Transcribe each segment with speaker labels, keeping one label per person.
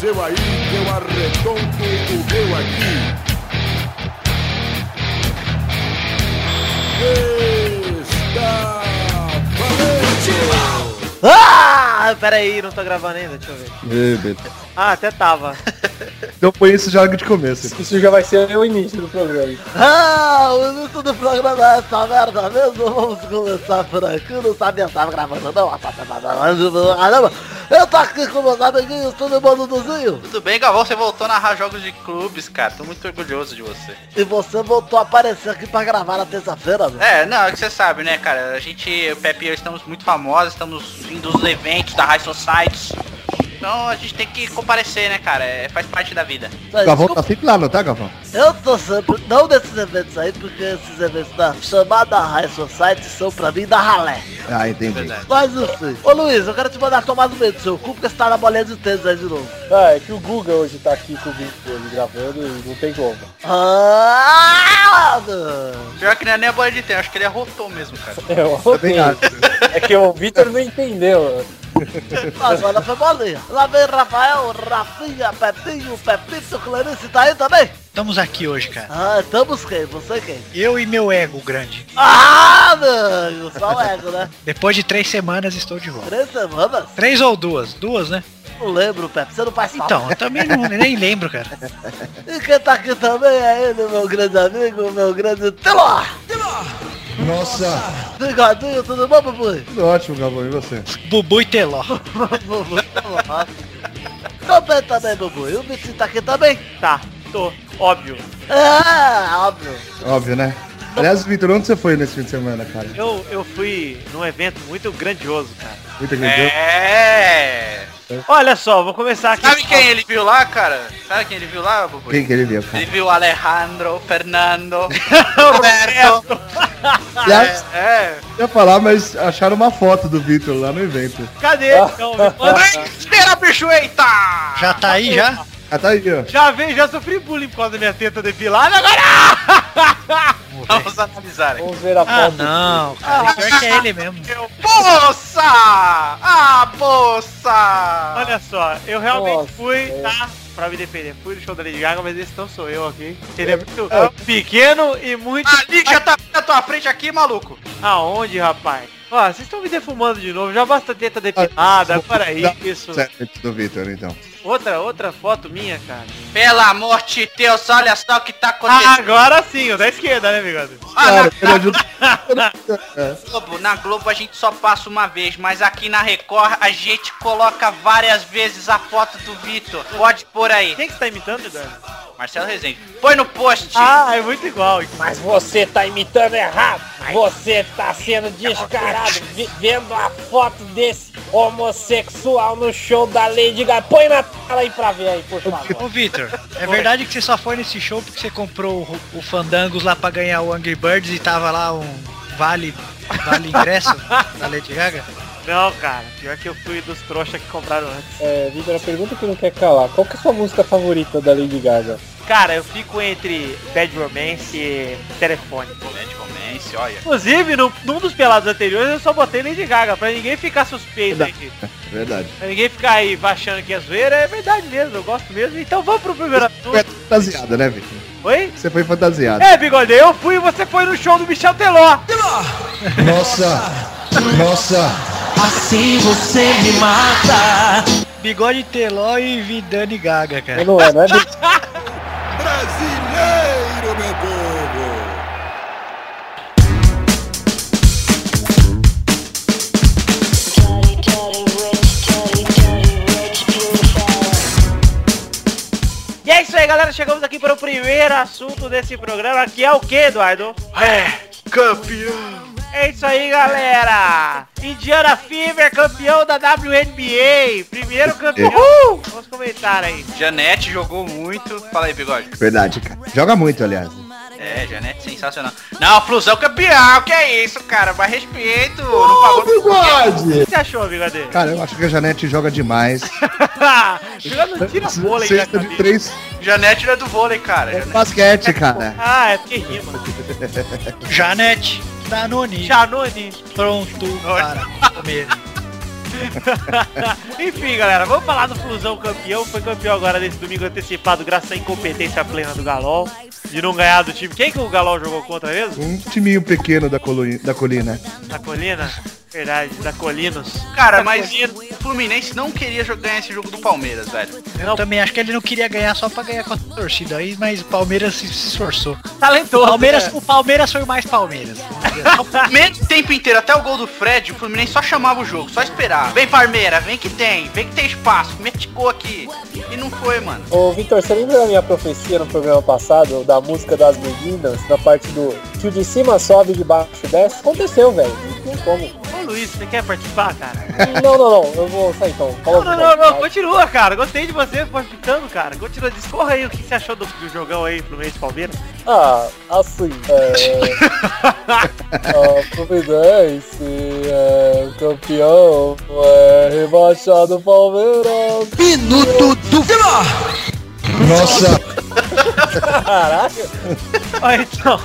Speaker 1: seu aí, que eu arredonto o meu aqui. Está valente!
Speaker 2: Ah, pera aí, não tô gravando ainda, deixa eu ver.
Speaker 3: Ê, Beto.
Speaker 2: Ah, até tava.
Speaker 3: Então põe isso já de começo.
Speaker 4: Isso já vai ser o início do programa.
Speaker 2: Ah, o início do programa é essa merda mesmo, vamos começar por aqui, não sabia que tava gravando não, Ah, tá, tá, tá, tá, caramba. Eu tô aqui com meus amiguinhos, todo mundo dozinho,
Speaker 5: Tudo bem, Galvão, você voltou a narrar jogos de clubes, cara. Tô muito orgulhoso de você.
Speaker 2: e você voltou a aparecer aqui pra gravar na terça-feira, né?
Speaker 5: É, não, é que você sabe, né, cara? A gente, o Pepe e eu estamos muito famosos, estamos indo dos eventos da High Society. Então a gente tem que comparecer, né, cara? É, faz parte da vida.
Speaker 2: Isso aí,
Speaker 3: Gavão
Speaker 2: desculpa,
Speaker 3: tá sempre lá, não tá, Gavão?
Speaker 2: Eu tô sempre, não nesses eventos aí, porque esses eventos da chamada High Society são pra mim da ralé.
Speaker 3: Ah, entendi.
Speaker 5: É Verdade.
Speaker 2: Mas enfim. Ô Luiz, eu quero te mandar tomar no meio do seu cu, porque você tá na bolinha de tênis aí de novo.
Speaker 4: Ah, é que o Guga hoje tá aqui com o vídeo dele gravando e não tem como.
Speaker 2: Ah, mano.
Speaker 5: Pior que não é nem a bola de tênis, acho que ele arrotou mesmo, cara.
Speaker 4: Eu
Speaker 3: Também acho.
Speaker 4: É que o Vitor não entendeu.
Speaker 2: Agora foi bolinha. Lá vem Rafael, Rafinha, Pepinho, Pepito, Clarice, tá aí também?
Speaker 6: Estamos aqui hoje, cara.
Speaker 2: Ah, estamos quem? Você quem?
Speaker 6: Eu e meu ego grande.
Speaker 2: Ah, mano, só o ego, né?
Speaker 6: Depois de três semanas estou de volta.
Speaker 2: Três semanas?
Speaker 6: Três ou duas? Duas, né?
Speaker 2: Não lembro, Pepe, você não faz falta.
Speaker 6: Então, eu também não, nem lembro, cara.
Speaker 2: E quem tá aqui também é ele, meu grande amigo, meu grande Teló!
Speaker 3: Nossa.
Speaker 2: Bigodinho, tudo bom, papai?
Speaker 3: Tudo ótimo, Gavão. E você?
Speaker 6: Bubu e Teló.
Speaker 2: Bubu, olá. Também, também, Bubu. E o Vitinho tá aqui também? Tá, tô. Óbvio. É, óbvio.
Speaker 3: Óbvio, né? Aliás, Vitor, onde você foi nesse fim de semana, cara?
Speaker 7: Eu, eu fui num evento muito grandioso, cara.
Speaker 3: Muito grande.
Speaker 5: É.
Speaker 7: Olha só, vou começar aqui.
Speaker 5: Sabe quem ele viu lá, cara? Sabe quem ele viu lá, Bubu?
Speaker 3: Quem que é? ele viu,
Speaker 5: Ele
Speaker 3: cara?
Speaker 5: viu Alejandro, Fernando, Roberto.
Speaker 7: Ah,
Speaker 3: Aliás,
Speaker 5: É.
Speaker 3: ia falar, mas acharam uma foto do Vitor lá no evento.
Speaker 7: Cadê ele? Então, me manda-
Speaker 5: Será, bicho, eita!
Speaker 6: Já tá aí, já?
Speaker 3: Ah, tá aí, ó.
Speaker 7: já veio, já sofri bullying por causa da minha teta depilada, agora
Speaker 5: Vamos analisar aqui.
Speaker 4: Vamos ver a
Speaker 6: Ah,
Speaker 7: é
Speaker 4: foto.
Speaker 7: assim.
Speaker 6: não, cara. Pior que é ele mesmo.
Speaker 5: Meu, Moça! Ah, moça!
Speaker 7: Olha só, eu realmente
Speaker 4: Nossa,
Speaker 7: fui,
Speaker 4: é.
Speaker 7: tá? Pra me defender, fui no show da Lady Gaga, mas esse não sou eu aqui. Ele é muito pequeno e muito...
Speaker 5: Ali já tá na tua frente aqui, maluco.
Speaker 7: Aonde, rapaz? Ó, vocês estão me defumando de novo, já basta teta depilada,
Speaker 3: Ah,
Speaker 7: agora
Speaker 3: dá-
Speaker 7: isso.
Speaker 3: Certo, do Vitor, então.
Speaker 7: Outra, outra foto minha, cara.
Speaker 5: Pela amor de Deus, olha só o que tá acontecendo.
Speaker 7: Agora sim, o da esquerda, né, bigode?
Speaker 5: Ah, na,
Speaker 3: Cara, ele ajuda.
Speaker 5: Globo, na Globo a gente só passa uma vez, mas aqui na Record a gente coloca várias vezes a foto do Vitor. Pode pôr aí.
Speaker 7: Quem que você tá imitando, Eduardo?
Speaker 5: Marcelo Rezende. Põe no post.
Speaker 7: Ah, é muito igual.
Speaker 4: Mas você tá imitando errado. Você tá sendo descarado vi- vendo a foto desse homossexual no show da Lady Gaga. Põe na tela aí pra ver aí, por favor.
Speaker 6: Ô, Vitor, é verdade que você só foi nesse show porque você comprou o, o Fandangos lá pra ganhar o Angry Birds e tava lá um vale, vale ingresso da Lady Gaga?
Speaker 7: Não, cara, pior que eu fui dos trouxas que compraram antes.
Speaker 4: É, Vitor, a pergunta que não quer calar. Qual que é a sua música favorita da Lady Gaga?
Speaker 7: Cara, eu fico entre Bad Romance e Telefone.
Speaker 5: Comente, comente, olha.
Speaker 7: Inclusive, no, num dos pelados anteriores eu só botei Lady Gaga, pra ninguém ficar suspeito aqui.
Speaker 3: Verdade.
Speaker 7: Pra ninguém ficar aí achando que é zoeira, é verdade mesmo, eu gosto mesmo. Então vamos pro primeiro
Speaker 3: Foi
Speaker 7: assunto.
Speaker 3: fantasiado, né, Vitor?
Speaker 7: Oi?
Speaker 3: Você foi fantasiado.
Speaker 7: É, bigode, eu fui e você foi no show do Michel Teló.
Speaker 3: Nossa! Nossa!
Speaker 6: Bigode Teló e Vidani Gaga, cara.
Speaker 4: Não é, não é do
Speaker 1: Brasileiro, meu povo!
Speaker 8: Dirty, dirty rich, dirty, dirty rich, beautiful.
Speaker 7: E é isso aí, galera. Chegamos aqui para o primeiro assunto desse programa, que é o que, Eduardo?
Speaker 5: É, campeão.
Speaker 7: É isso aí, galera! Indiana Fever, campeão da WNBA! Primeiro campeão! Vamos comentar aí.
Speaker 5: Janete jogou muito. Fala aí, bigode.
Speaker 3: Verdade, cara. Joga muito, aliás.
Speaker 5: É, Janete, sensacional. Não, Flusão campeão, que é isso, cara? Mas respeito. não pagou
Speaker 7: O que você achou, bigode?
Speaker 3: Cara, eu acho que a Janete joga demais.
Speaker 7: Jogando tira bola aí né, da
Speaker 3: Sexta de
Speaker 7: cabeça.
Speaker 3: três
Speaker 5: Janete não é do vôlei, cara.
Speaker 7: né?
Speaker 5: Janete.
Speaker 3: basquete, cara.
Speaker 7: Ah, é porque rima.
Speaker 6: Janete, Danone,
Speaker 7: Janone.
Speaker 6: pronto para comer.
Speaker 7: Enfim, galera, vamos falar do Flusão campeão. Foi campeão agora nesse domingo antecipado, graças à incompetência plena do Galol. De não ganhar do time. Quem que o Galol jogou contra mesmo?
Speaker 3: Um timinho pequeno da, colu- da colina.
Speaker 7: Da Colina? Verdade, da Colinos.
Speaker 5: Cara, mas o Fluminense não queria jo- ganhar esse jogo do Palmeiras, velho.
Speaker 6: Eu
Speaker 7: Não.
Speaker 6: também acho que ele não queria ganhar só pra ganhar com a torcida aí, mas o Palmeiras se, se esforçou.
Speaker 7: Talentoso. né?
Speaker 6: O Palmeiras, o Palmeiras foi o mais Palmeiras.
Speaker 5: Mesmo tempo inteiro, até o gol do Fred, o Fluminense só chamava o jogo, só esperava. Vem Palmeira, vem que tem, vem que tem espaço, mete gol aqui. E não foi, mano.
Speaker 4: Ô, Vitor, você lembra da minha profecia no programa passado, da música das meninas, na parte do que o de cima sobe e de baixo desce? Aconteceu, velho. Não tem como.
Speaker 7: Ô Luiz, você quer participar, cara?
Speaker 4: Não, não, não. Eu vou sair então. Fala
Speaker 7: É. Não, não, não, não, continua, cara. Gostei de você participando, cara. Continua, discorra aí o que você achou do, do jogão aí pro meio de Palmeiras.
Speaker 4: Ah, assim, é... ah, Fluminense é campeão, é rebaixado Palmeiras.
Speaker 3: Nossa,
Speaker 4: Caralho.
Speaker 7: Ó, então.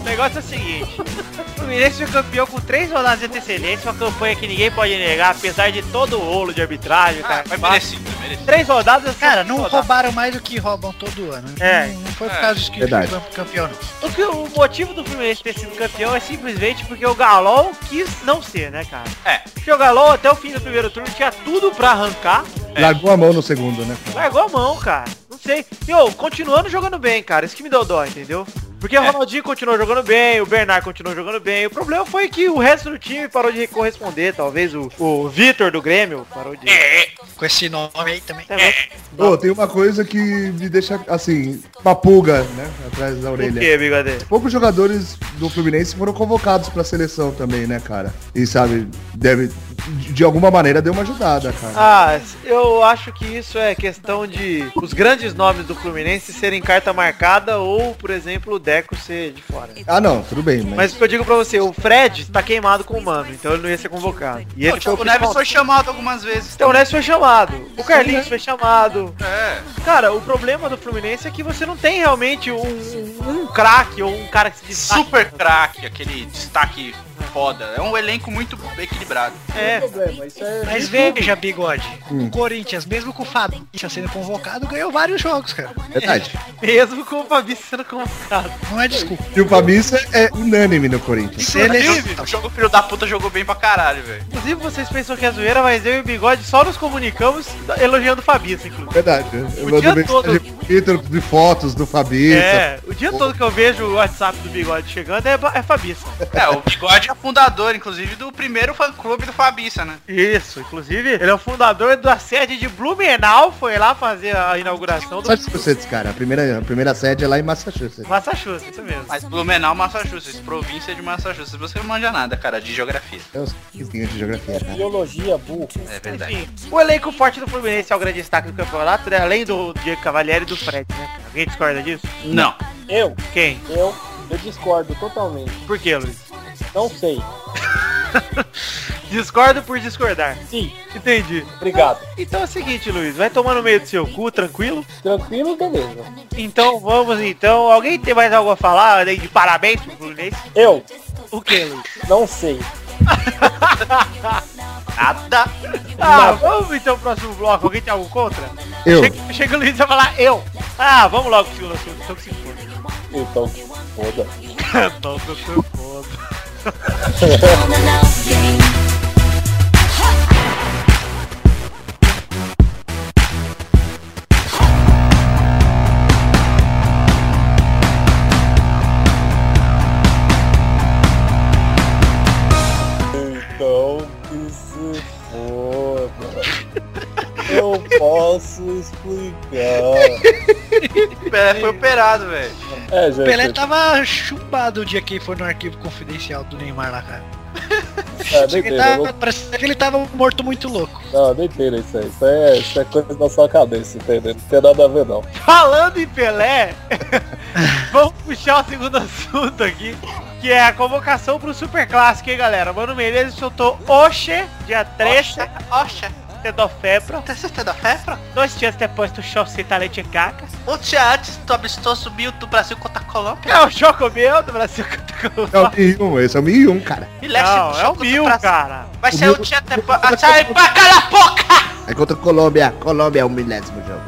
Speaker 7: o negócio é o seguinte. O Fluminense foi campeão com três rodadas de antecedência, uma campanha que ninguém pode negar, apesar de todo o rolo de arbitragem, cara. Mas
Speaker 5: É merecido, merecido.
Speaker 7: Três rodadas,
Speaker 6: Ah, Cara, não
Speaker 7: rodadas.
Speaker 6: roubaram mais do que roubam todo ano. né?
Speaker 7: É.
Speaker 6: Não, não foi por causa disso que
Speaker 3: Verdade.
Speaker 6: foi campeão. não.
Speaker 7: O, que, o motivo do Fluminense ter sido campeão é simplesmente porque o Galol quis não ser, né, cara?
Speaker 5: É.
Speaker 7: Porque o Galol, até o fim do primeiro turno, tinha tudo pra arrancar,
Speaker 3: largou a mão no segundo, né?
Speaker 7: largou a mão, cara. Não sei. E, ô, continuando jogando bem, cara. Isso que me deu dó, entendeu? Porque o Ronaldinho continuou jogando bem, o Bernard continuou jogando bem. O problema foi que o resto do time parou de corresponder. Talvez o, o Vitor do Grêmio parou de... Tá
Speaker 6: Com esse nome aí também.
Speaker 3: Pô, tem uma coisa que me deixa, assim, papuga, né? Atrás da
Speaker 7: O
Speaker 3: orelha.
Speaker 7: que, Bigode?
Speaker 3: Poucos jogadores do Fluminense foram convocados pra seleção também, né, cara? E sabe, deve. de- De alguma maneira deu uma ajudada, cara.
Speaker 7: Ah, eu acho que isso é questão de os grandes nomes do Fluminense serem carta marcada ou, por exemplo, o Deco ser de fora.
Speaker 3: Ah, não, tudo bem, mas.
Speaker 7: Mas o que eu digo pra você, o Fred tá queimado com o Mano, então ele não ia ser convocado. E
Speaker 5: Não,
Speaker 7: ele foi
Speaker 5: tipo,
Speaker 7: o
Speaker 5: o Neves
Speaker 7: principal.
Speaker 5: foi chamado algumas vezes.
Speaker 7: Então o Neves foi chamado, o Carlinhos foi chamado.
Speaker 5: É.
Speaker 7: Cara, o problema do Fluminense é que você não tem realmente um, um, um craque ou um cara que se destaque.
Speaker 5: Super craque, aquele destaque foda. É um elenco muito equilibrado.
Speaker 7: É,
Speaker 1: Problema, isso é...
Speaker 6: Mas veja, bigode. O Corinthians, mesmo com o Fabrício sendo convocado, ganhou vários jogos, cara.
Speaker 3: Verdade.
Speaker 7: é. mesmo com o Fabrício sendo convocado.
Speaker 6: Não é desculpa.
Speaker 3: E o Fabrício é unânime no Corinthians.
Speaker 5: Inclusive, o jogo filho da puta jogou bem pra caralho, velho.
Speaker 7: Inclusive vocês pensam que é zoeira, mas eu e o Bigode só nos comunicamos elogiando o Fabrício, inclusive.
Speaker 3: Verdade. Eu
Speaker 7: O
Speaker 3: mando
Speaker 7: dia
Speaker 3: mensagem pro Twitter de fotos do Fabrício.
Speaker 7: É, o dia todo que eu vejo o WhatsApp do Bigode chegando é, ba- é Fabiça.
Speaker 5: É, o Bigode é fundador, inclusive, do primeiro fã-clube do Fabiça, né?
Speaker 7: Isso, inclusive, ele é o fundador da sede de Blumenau, foi lá fazer a inauguração do
Speaker 3: Massachusetts, cara. A primeira, a primeira sede é lá em Massachusetts.
Speaker 7: Massachusetts, isso mesmo.
Speaker 5: Mas Blumenau, Massachusetts, província de Massachusetts. Você não manja nada, cara, de geografia.
Speaker 3: É uns 15 de geografia, né?
Speaker 4: Biologia, burro.
Speaker 5: É verdade.
Speaker 7: Enfim, o elenco forte do Fluminense é o grande destaque do campeonato, né? Além do Diego Cavalieri e do Fred, né? Alguém discorda disso?
Speaker 5: Não.
Speaker 4: Eu,
Speaker 7: Quem?
Speaker 4: eu, eu discordo totalmente.
Speaker 7: Por quê, Luiz?
Speaker 4: Não sei.
Speaker 7: Discordo por discordar.
Speaker 4: Sim,
Speaker 7: Entendi.
Speaker 4: obrigado.
Speaker 7: Então é o seguinte, Luiz, vai tomar no meio do seu cu, tranquilo?
Speaker 4: Tranquilo, beleza.
Speaker 7: Então vamos então. Alguém tem mais algo a falar além de parabéns pro Fluminense?
Speaker 4: Eu,
Speaker 7: O que, Luiz?
Speaker 4: não sei.
Speaker 5: Nada.
Speaker 7: Ah, vamos então pro próximo bloco. Alguém tem algo contra?
Speaker 3: Eu.
Speaker 7: Chega, chega o Luiz e vai falar eu. Ah, vamos logo pro segundo assunto. Então que se foda.
Speaker 4: Então, foda.
Speaker 7: Então que se foda.
Speaker 4: Então, que se foda. Eu posso explicar.
Speaker 5: Pelé foi operado, velho.
Speaker 4: É,
Speaker 6: O
Speaker 4: gente,
Speaker 6: Pelé tá tava chumbado o dia que ele foi no arquivo confidencial do Neymar lá, cara.
Speaker 4: é,
Speaker 9: Tá
Speaker 6: Só que ele
Speaker 4: doideira,
Speaker 6: tá tava, parece que ele tava morto muito louco.
Speaker 4: Não, doideira isso aí. Isso aí é, isso é coisa da sua cabeça, entendeu? Não tem nada a ver, não.
Speaker 7: Falando em Pelé, vamos puxar o segundo assunto aqui, que é a convocação pro Super Clássico, hein, galera? Mano Menezes soltou Oxe, dia 3,
Speaker 5: Oxa.
Speaker 7: Tedofebro.
Speaker 5: Tá certo da Febra?
Speaker 7: Dois dias depois do show sem talento em caca.
Speaker 5: Um dia antes do amistoso subiu do Brasil contra a Colômbia.
Speaker 7: É o jogo meu do Brasil contra o
Speaker 3: É o Mi-1, esse é o Mi-1, cara.
Speaker 5: E leste do
Speaker 7: Não, é
Speaker 5: jogo
Speaker 7: o
Speaker 5: do
Speaker 7: Mil,
Speaker 5: Brasil.
Speaker 7: cara.
Speaker 5: Vai sair um dia depois. Ah, Sai pra cala a boca!
Speaker 3: É contra a Colômbia. Colômbia é o milésimo jogo.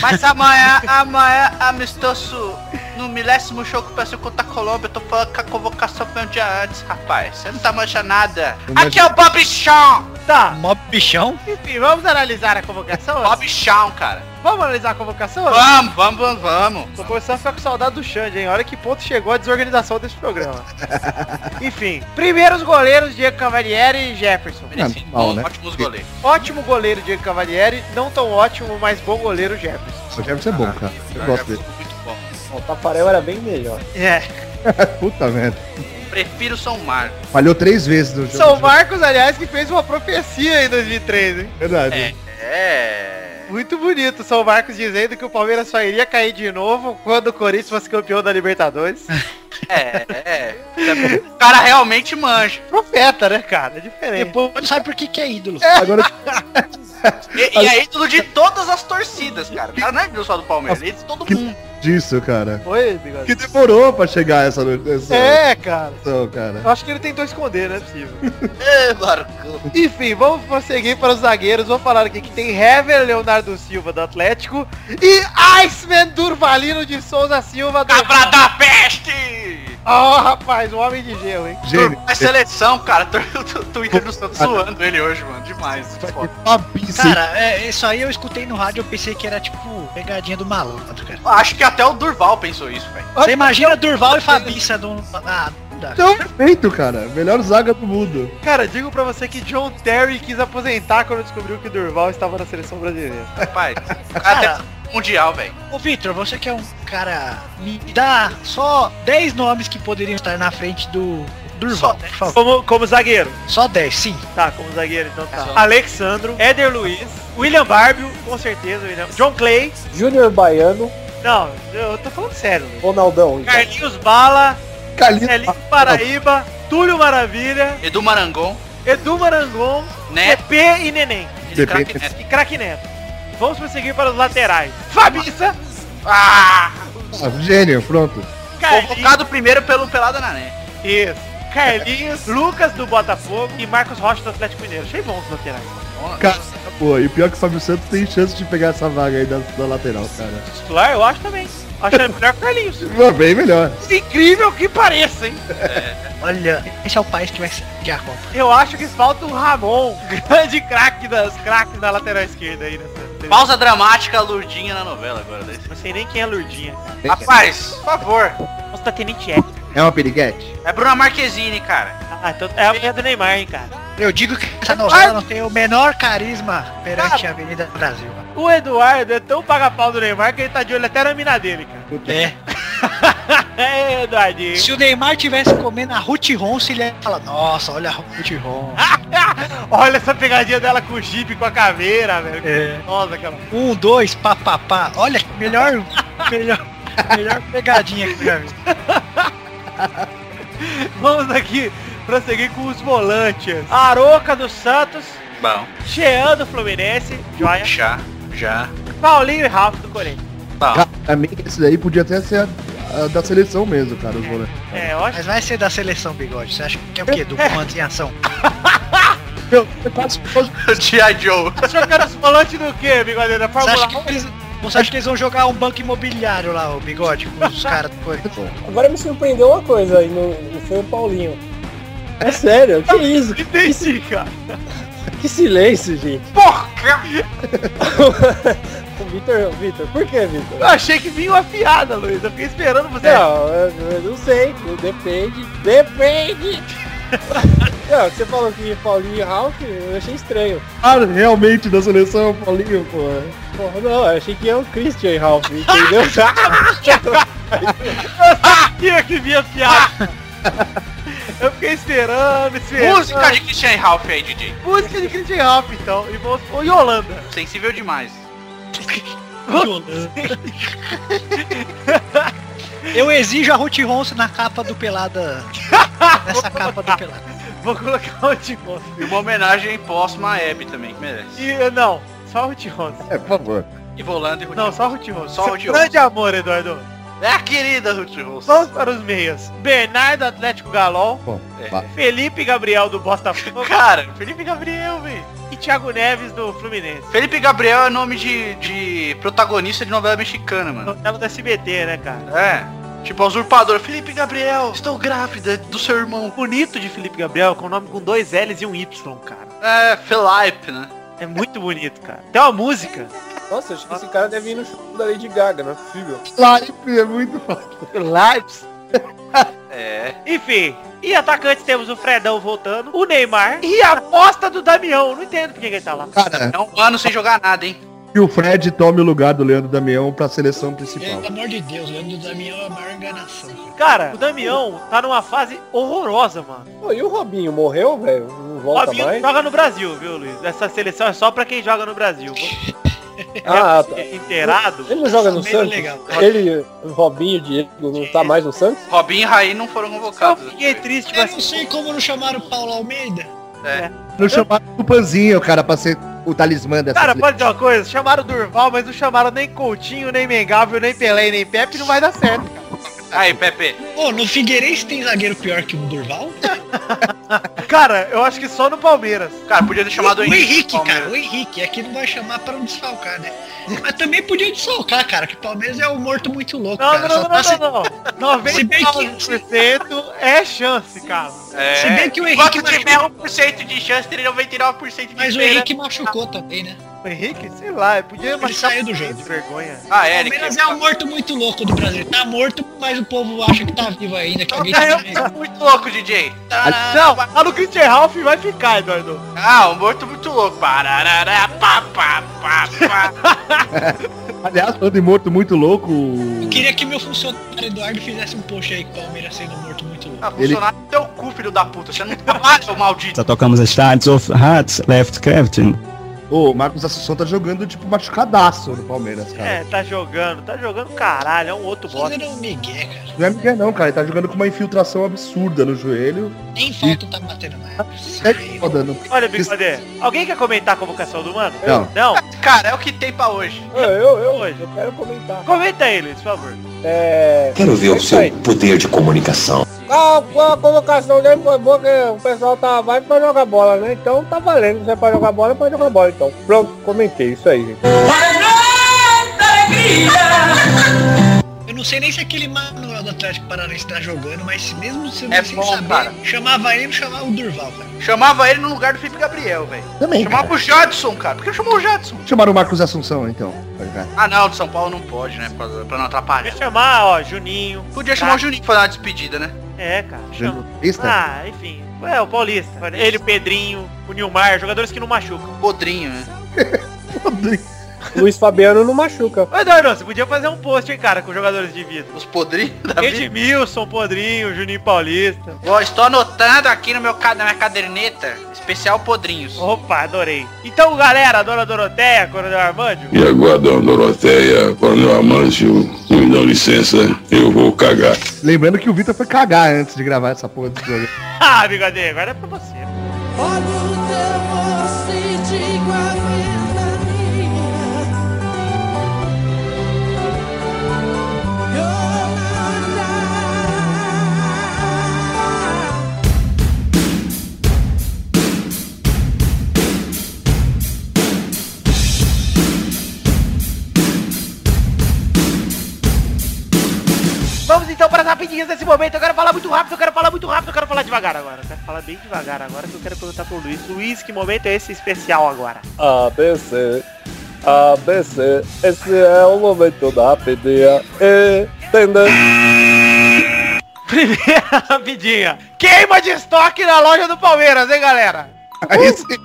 Speaker 5: Mas amanhã, amanhã, amistoso. No milésimo jogo do Brasil contra a Colômbia, eu tô falando que a convocação foi um dia antes, rapaz. Você não tá manjando nada.
Speaker 3: Não
Speaker 5: Aqui é o Bob Shaw!
Speaker 7: Tá,
Speaker 6: Mó bichão.
Speaker 7: enfim, vamos analisar a convocação?
Speaker 5: Bob Shaw, cara.
Speaker 7: Vamos analisar a convocação?
Speaker 5: Vamos, vamos, vamos, vamos.
Speaker 7: Tô começando a ficar com saudade do Xande, hein? Olha que ponto chegou a desorganização desse programa. Enfim, primeiros goleiros, Diego Cavalieri e Jefferson.
Speaker 5: Merecido.
Speaker 3: mal, né?
Speaker 5: Ótimos goleiros.
Speaker 7: Ótimo goleiro, Diego Cavalieri. Não tão ótimo, mas bom goleiro, Jefferson.
Speaker 3: O Jefferson é
Speaker 5: Ah,
Speaker 3: bom, cara. Eu gosto dele.
Speaker 5: Muito bom.
Speaker 2: O Tafarel era bem melhor.
Speaker 7: É.
Speaker 3: Puta merda.
Speaker 5: Prefiro São Marcos.
Speaker 3: Falhou três vezes no jogo.
Speaker 7: São Marcos, aliás, que fez uma profecia em 2003, hein?
Speaker 3: Verdade.
Speaker 5: É. É.
Speaker 7: Muito bonito, São Marcos dizendo que o Palmeiras só iria cair de novo quando o Corinthians fosse campeão da Libertadores.
Speaker 5: É, é. O cara realmente manja.
Speaker 7: Profeta, né, cara? É diferente.
Speaker 6: Depois não sabe por que que é ídolo.
Speaker 3: Agora,
Speaker 5: E, e é ídolo de todas as torcidas, cara. O cara não é ídolo só do Palmeiras, ele é de todo
Speaker 3: Que-
Speaker 5: mundo.
Speaker 3: disso, cara.
Speaker 7: Foi, bigode?
Speaker 3: Que demorou pra chegar essa notícia.
Speaker 7: É, cara.
Speaker 3: cara.
Speaker 7: Eu acho que ele tentou esconder, não é possível.
Speaker 5: Ê, Marcão.
Speaker 7: Enfim, vamos prosseguir para os zagueiros. Vou falar aqui que tem Hever Leonardo Silva do Atlético e Iceman Durvalino de Souza Silva do...
Speaker 5: Cabra da peste!
Speaker 7: Ó, rapaz, um homem de gelo, hein?
Speaker 3: Gênio.
Speaker 5: A seleção, cara, o Twitter
Speaker 3: Ah,
Speaker 5: do Santos tá zoando ele hoje, mano. Demais.
Speaker 7: é
Speaker 5: Foda.
Speaker 3: Tá Babice.
Speaker 6: Cara, é, isso aí eu escutei no rádio, eu pensei que era tipo pegadinha do malandro, cara.
Speaker 5: Acho que até o Durval pensou isso, velho.
Speaker 6: Você imagina Durval e Fabiça do. Ah, não dá.
Speaker 3: Então, perfeito, cara. Melhor zaga do mundo.
Speaker 7: Cara, digo pra você que John Terry quis aposentar quando descobriu que Durval estava na seleção brasileira.
Speaker 5: Rapaz, o cara até
Speaker 6: Cara.
Speaker 5: tá no mundial, velho.
Speaker 6: Ô Victor, você que é um cara. Me dá só 10 nomes que poderiam estar na frente do Durval, por favor.
Speaker 7: Como, como zagueiro.
Speaker 6: Só 10, sim.
Speaker 7: Tá, como zagueiro, então tá. Alexandro, Éder Luiz, William Barbio, com certeza, William. John Clay.
Speaker 2: Júnior Baiano,
Speaker 7: Não, eu tô falando sério. né? Luiz.
Speaker 2: Ronaldão. então.
Speaker 7: Carlinhos Bala,
Speaker 3: Calil.
Speaker 7: Celinho Paraíba, Túlio Maravilha,
Speaker 5: Edu Marangon,
Speaker 7: Edu Marangon,
Speaker 5: né?
Speaker 7: TP e Neném.
Speaker 5: Esse cara que-
Speaker 3: Depende.
Speaker 7: E craque Neto. Vamos prosseguir para os laterais. Fabiça,
Speaker 5: Ah!
Speaker 3: Ah,
Speaker 7: É.
Speaker 3: Gênio, pronto.
Speaker 7: Carlinhos,
Speaker 5: Convocado primeiro pelo Pelada na Né.
Speaker 7: Isso. Carlinhos, Lucas do Botafogo e Marcos Rocha do Atlético Mineiro. Achei bons os laterais.
Speaker 3: Cara, pô, e pior é que o Fábio Santos tem chance de pegar essa vaga aí da, da lateral, cara.
Speaker 7: Titular, eu acho também. Acho ele melhor que o Carlinhos.
Speaker 3: Pô, Bem melhor.
Speaker 7: Incrível que pareça, hein?
Speaker 6: Olha, esse é o país que vai ser a Copa.
Speaker 7: Eu acho que falta o Ramon, grande craque das craques da lateral esquerda aí nessa.
Speaker 5: Pausa dramática, Lurdinha na novela agora. desse.
Speaker 7: Não sei nem quem é a Lurdinha.
Speaker 5: Rapaz, por favor.
Speaker 7: Nossa, tá Tenente Ed.
Speaker 3: É uma piriguete?
Speaker 5: É Bruna Marquezine, cara.
Speaker 7: Ah, então é a mulher do Neymar, hein, cara.
Speaker 6: Eu digo que essa novela não tem o menor carisma perante a Avenida Brasil.
Speaker 7: O Eduardo é tão paga-pau do Neymar que ele tá de olho até na mina dele, cara.
Speaker 6: É.
Speaker 7: É, Eduardinho.
Speaker 6: Se o Neymar tivesse comendo a Ruth Ronce, ele ia falar, nossa, olha a Ruth Ronce.
Speaker 7: Olha essa pegadinha dela com o Jeep, com a caveira, velho.
Speaker 6: É.
Speaker 7: Nossa, cara.
Speaker 6: Um, dois, papapá. Olha, que melhor, melhor, melhor pegadinha que eu já vi.
Speaker 7: Vamos aqui prosseguir com os volantes. Aroca do Santos,
Speaker 5: Bom,
Speaker 7: Jean do Fluminense, joia.
Speaker 5: já, já.
Speaker 7: Paulinho e Rafa do Corinthians.
Speaker 5: Tá.
Speaker 3: Cara, pra mim, esse daí podia até ser a- a da seleção mesmo, cara, os volantes.
Speaker 7: É, eu acho
Speaker 6: Mas vai ser da seleção bigode. Você acha que é o quê? Do comando em ação?
Speaker 5: O G.I. Joe.
Speaker 7: Achou que era os volantes do quê, bigode? Da
Speaker 6: Você
Speaker 7: Fórmula
Speaker 6: acha,
Speaker 7: 1?
Speaker 6: que eles, você acha que eles vão jogar um banco imobiliário lá, o bigode, com os caras do Corinthians?
Speaker 9: Agora me surpreendeu uma coisa aí, não, não foi o Paulinho. É sério, que isso?
Speaker 7: Entendi, cara.
Speaker 9: Que silêncio, gente.
Speaker 7: Porra!
Speaker 9: O Vitor, o Vitor, por que, Vitor?
Speaker 7: Eu achei que vinha uma piada, Luiz. Eu fiquei esperando você.
Speaker 9: Não, eu, eu não sei, depende. Depende! Não, você falou que Paulinho e Ralph, eu achei estranho.
Speaker 3: Cara, Ah, realmente da seleção, Paulinho, pô.
Speaker 9: Porra, não, eu achei que é o Christian e Ralph, entendeu?
Speaker 7: Tinha que vinha piada. Eu fiquei esperando, esperando.
Speaker 5: Música de Christian Ralph aí, DJ.
Speaker 7: Música de Christian Ralph, então. E, vou... e Holanda.
Speaker 5: Sensível demais.
Speaker 6: Eu exijo a Ruth Ronce na capa do Pelada nessa capa do pelado.
Speaker 7: Vou colocar o de Onze.
Speaker 5: E uma homenagem póstuma a Hebe também, que merece.
Speaker 7: E eh, não, só o de Onze.
Speaker 3: É, por favor.
Speaker 5: E Volando e Ruth
Speaker 7: Não,
Speaker 5: Rose.
Speaker 7: só o de Onze.
Speaker 5: Só o
Speaker 7: Seu
Speaker 5: de Onze.
Speaker 7: Grande amor, Eduardo.
Speaker 5: É a querida Ruth Rose.
Speaker 7: Vamos para os meias. Bernardo Atlético Galol.
Speaker 3: Bom,
Speaker 5: É.
Speaker 3: vá.
Speaker 7: Felipe Gabriel do Botafogo.
Speaker 5: Cara,
Speaker 7: Felipe Gabriel, velho. E Thiago Neves do Fluminense.
Speaker 5: Felipe Gabriel é nome de, de protagonista de novela mexicana, mano.
Speaker 7: Novela do SBT, né, cara?
Speaker 5: É. Tipo, a usurpadora. Felipe Gabriel, estou grávida do seu irmão.
Speaker 7: Bonito de Felipe Gabriel, com nome com dois L's e um Y, cara.
Speaker 5: É, Felipe, né?
Speaker 7: É muito bonito, cara. Tem uma música.
Speaker 9: Nossa, acho que esse cara deve ir no show da Lady Gaga, não é possível.
Speaker 3: Live é muito fácil.
Speaker 7: Lives.
Speaker 5: É.
Speaker 7: Enfim. E atacantes temos o Fredão voltando, o Neymar e a aposta do Damião. Não entendo por que que ele tá lá.
Speaker 3: Cara,
Speaker 5: É um ano sem jogar nada, hein?
Speaker 3: que o Fred tome o lugar do Leandro Damião pra seleção principal.
Speaker 6: Pelo amor de Deus, Leandro Damião é a maior enganação.
Speaker 7: Cara, o Damião tá numa fase horrorosa, mano.
Speaker 9: Pô, e o Robinho morreu, velho? Não volta
Speaker 7: Robinho
Speaker 9: mais?
Speaker 7: joga no Brasil, viu, Luiz? Essa seleção é só pra quem joga no Brasil.
Speaker 9: Ah, tá.
Speaker 7: É inteirado.
Speaker 9: Ele não joga no
Speaker 6: Meio
Speaker 9: Santos?
Speaker 6: é legal.
Speaker 9: Ele, o Robinho, Diego, não tá mais no Santos?
Speaker 5: Robinho e Raí não foram
Speaker 7: Eu
Speaker 5: convocados.
Speaker 7: fiquei triste,
Speaker 6: Eu
Speaker 7: mas
Speaker 6: não sei como não chamaram o Paulo Almeida.
Speaker 5: É.
Speaker 3: Não chamaram o Panzinho, cara, pra ser o talismã dessa
Speaker 7: Cara,
Speaker 3: seleção.
Speaker 7: pode dizer uma coisa, chamaram o Durval, mas não chamaram nem Coutinho, nem Mengável, nem Pelé, nem Pepe, não vai dar certo.
Speaker 5: Aí, Pepe.
Speaker 6: Pô, no Figueirense tem zagueiro pior que o Durval?
Speaker 7: Cara, eu acho que só no Palmeiras.
Speaker 5: Cara, podia ter chamado
Speaker 6: o Henrique,
Speaker 5: Palmeiras.
Speaker 6: cara, o Henrique. É que não vai chamar pra não desfalcar, né? Mas também podia desfalcar, cara, que o Palmeiras é um morto muito louco,
Speaker 7: Não,
Speaker 6: cara.
Speaker 7: não,
Speaker 6: Só
Speaker 7: não,
Speaker 6: tá se-
Speaker 7: não, não, não.
Speaker 6: Se bem que-
Speaker 7: 99% é chance, cara.
Speaker 5: É.
Speaker 6: Se bem que o
Speaker 5: Enquanto
Speaker 6: Henrique
Speaker 5: tiver
Speaker 6: machucou,
Speaker 5: 1% de chance, teria 99% de
Speaker 6: mas o
Speaker 5: pena.
Speaker 6: Henrique machucou também, né?
Speaker 7: O Henrique, sei lá, ele podia
Speaker 6: Ele saiu do jogo.
Speaker 7: de vergonha.
Speaker 5: Ah,
Speaker 6: O
Speaker 5: Eric.
Speaker 6: Palmeiras é um morto muito louco do Brasil. Tá morto, mas o povo acha que tá vivo ainda, que alguém tá
Speaker 5: Tá muito louco, DJ.
Speaker 7: Não, lá no Christian Ralph vai ficar, Eduardo.
Speaker 5: Ah, o morto muito louco. Pararará, pá, pá, pá, pá.
Speaker 3: Aliás, falando em morto muito louco, o-
Speaker 6: Eu queria que meu funcionário Eduardo fizesse um post aí com o Palmeiras sendo morto muito louco.
Speaker 5: Ah, funcionário do teu cu, filho da puta. Você não trabalha, seu maldito.
Speaker 10: Já tocamos a Shards of Hearts Left Crafting.
Speaker 3: Ô, o Marcos Assunção tá jogando, tipo, machucadaço no Palmeiras, cara.
Speaker 7: É, tá jogando, tá jogando caralho, é um outro bosta.
Speaker 6: Fazendo um migué, cara.
Speaker 3: Não é Miguel não, cara. Ele tá jogando com uma infiltração absurda no joelho.
Speaker 6: Nem falta tá batendo mais.
Speaker 3: É foda, não.
Speaker 7: Olha, Bigode, alguém quer comentar a convocação do mano?
Speaker 3: Não.
Speaker 7: Não?
Speaker 5: Cara, é o que tem pra hoje.
Speaker 9: Ah, eu, eu,
Speaker 7: Hoje.
Speaker 9: eu quero comentar.
Speaker 7: Comenta aí, Luiz, por favor.
Speaker 9: É...
Speaker 1: Quero ver
Speaker 9: o seu
Speaker 1: poder de comunicação.
Speaker 9: A, a convocação dele foi boa, que o pessoal tá vai pra jogar bola, né? Então tá valendo. Se é pra jogar bola, é pra jogar bola, então. Pronto, comentei. Isso aí, gente.
Speaker 6: Eu não sei nem se aquele Manuel do Atlético Paranaense tá jogando, mas mesmo se
Speaker 5: É
Speaker 6: sem
Speaker 5: bom,
Speaker 6: saber,
Speaker 5: cara.
Speaker 6: chamava ele, chamava o Durval, cara.
Speaker 5: Chamava ele no lugar do Felipe Gabriel, velho.
Speaker 3: Também.
Speaker 5: Chamava o Jadson, cara. Por que chamou o Jadson?
Speaker 3: Chamaram o Marcos Assunção, então. Pode ver.
Speaker 5: Ah, não, do São Paulo não pode, né? Pra, pra não atrapalhar.
Speaker 7: Podia chamar, ó, Juninho.
Speaker 5: Podia chamar o Juninho pra dar uma despedida, né?
Speaker 7: É, cara. Chama.
Speaker 3: Jornalista?
Speaker 7: Ah, enfim. É, o Paulista. Ele, o Pedrinho, o Nilmar, jogadores que não machucam.
Speaker 5: Podrinho, né?
Speaker 9: Luiz Fabiano não machuca.
Speaker 7: Ô, Eduardo, você podia fazer um post, hein, cara, com jogadores de vida.
Speaker 5: Os podrinhos da vida.
Speaker 7: Edmilson, Podrinho, Juninho Paulista.
Speaker 5: Ó, estou anotando aqui no meu, ca- na minha caderneta. Especial podrinhos.
Speaker 7: Opa, adorei. Então, galera, Dona Doroteia, Coronel Armando,
Speaker 1: E agora, dona Doroteia, Coronel Amâncio, me dão licença, eu vou cagar.
Speaker 3: Lembrando que o Vitor foi cagar antes de gravar essa porra do programa.
Speaker 7: Ah, bigode, agora é pra você. Vamos então para as rapidinhas desse momento. Eu quero falar muito rápido, eu quero falar muito rápido, eu quero falar devagar agora. Eu quero falar bem devagar agora que eu quero perguntar pro Luiz. Luiz, que momento é esse especial agora?
Speaker 9: ABC, ABC, esse é o momento da pedia. Entendeu?
Speaker 7: Primeira rapidinha. Queima de estoque na loja do Palmeiras, hein, galera?
Speaker 3: Aí sim.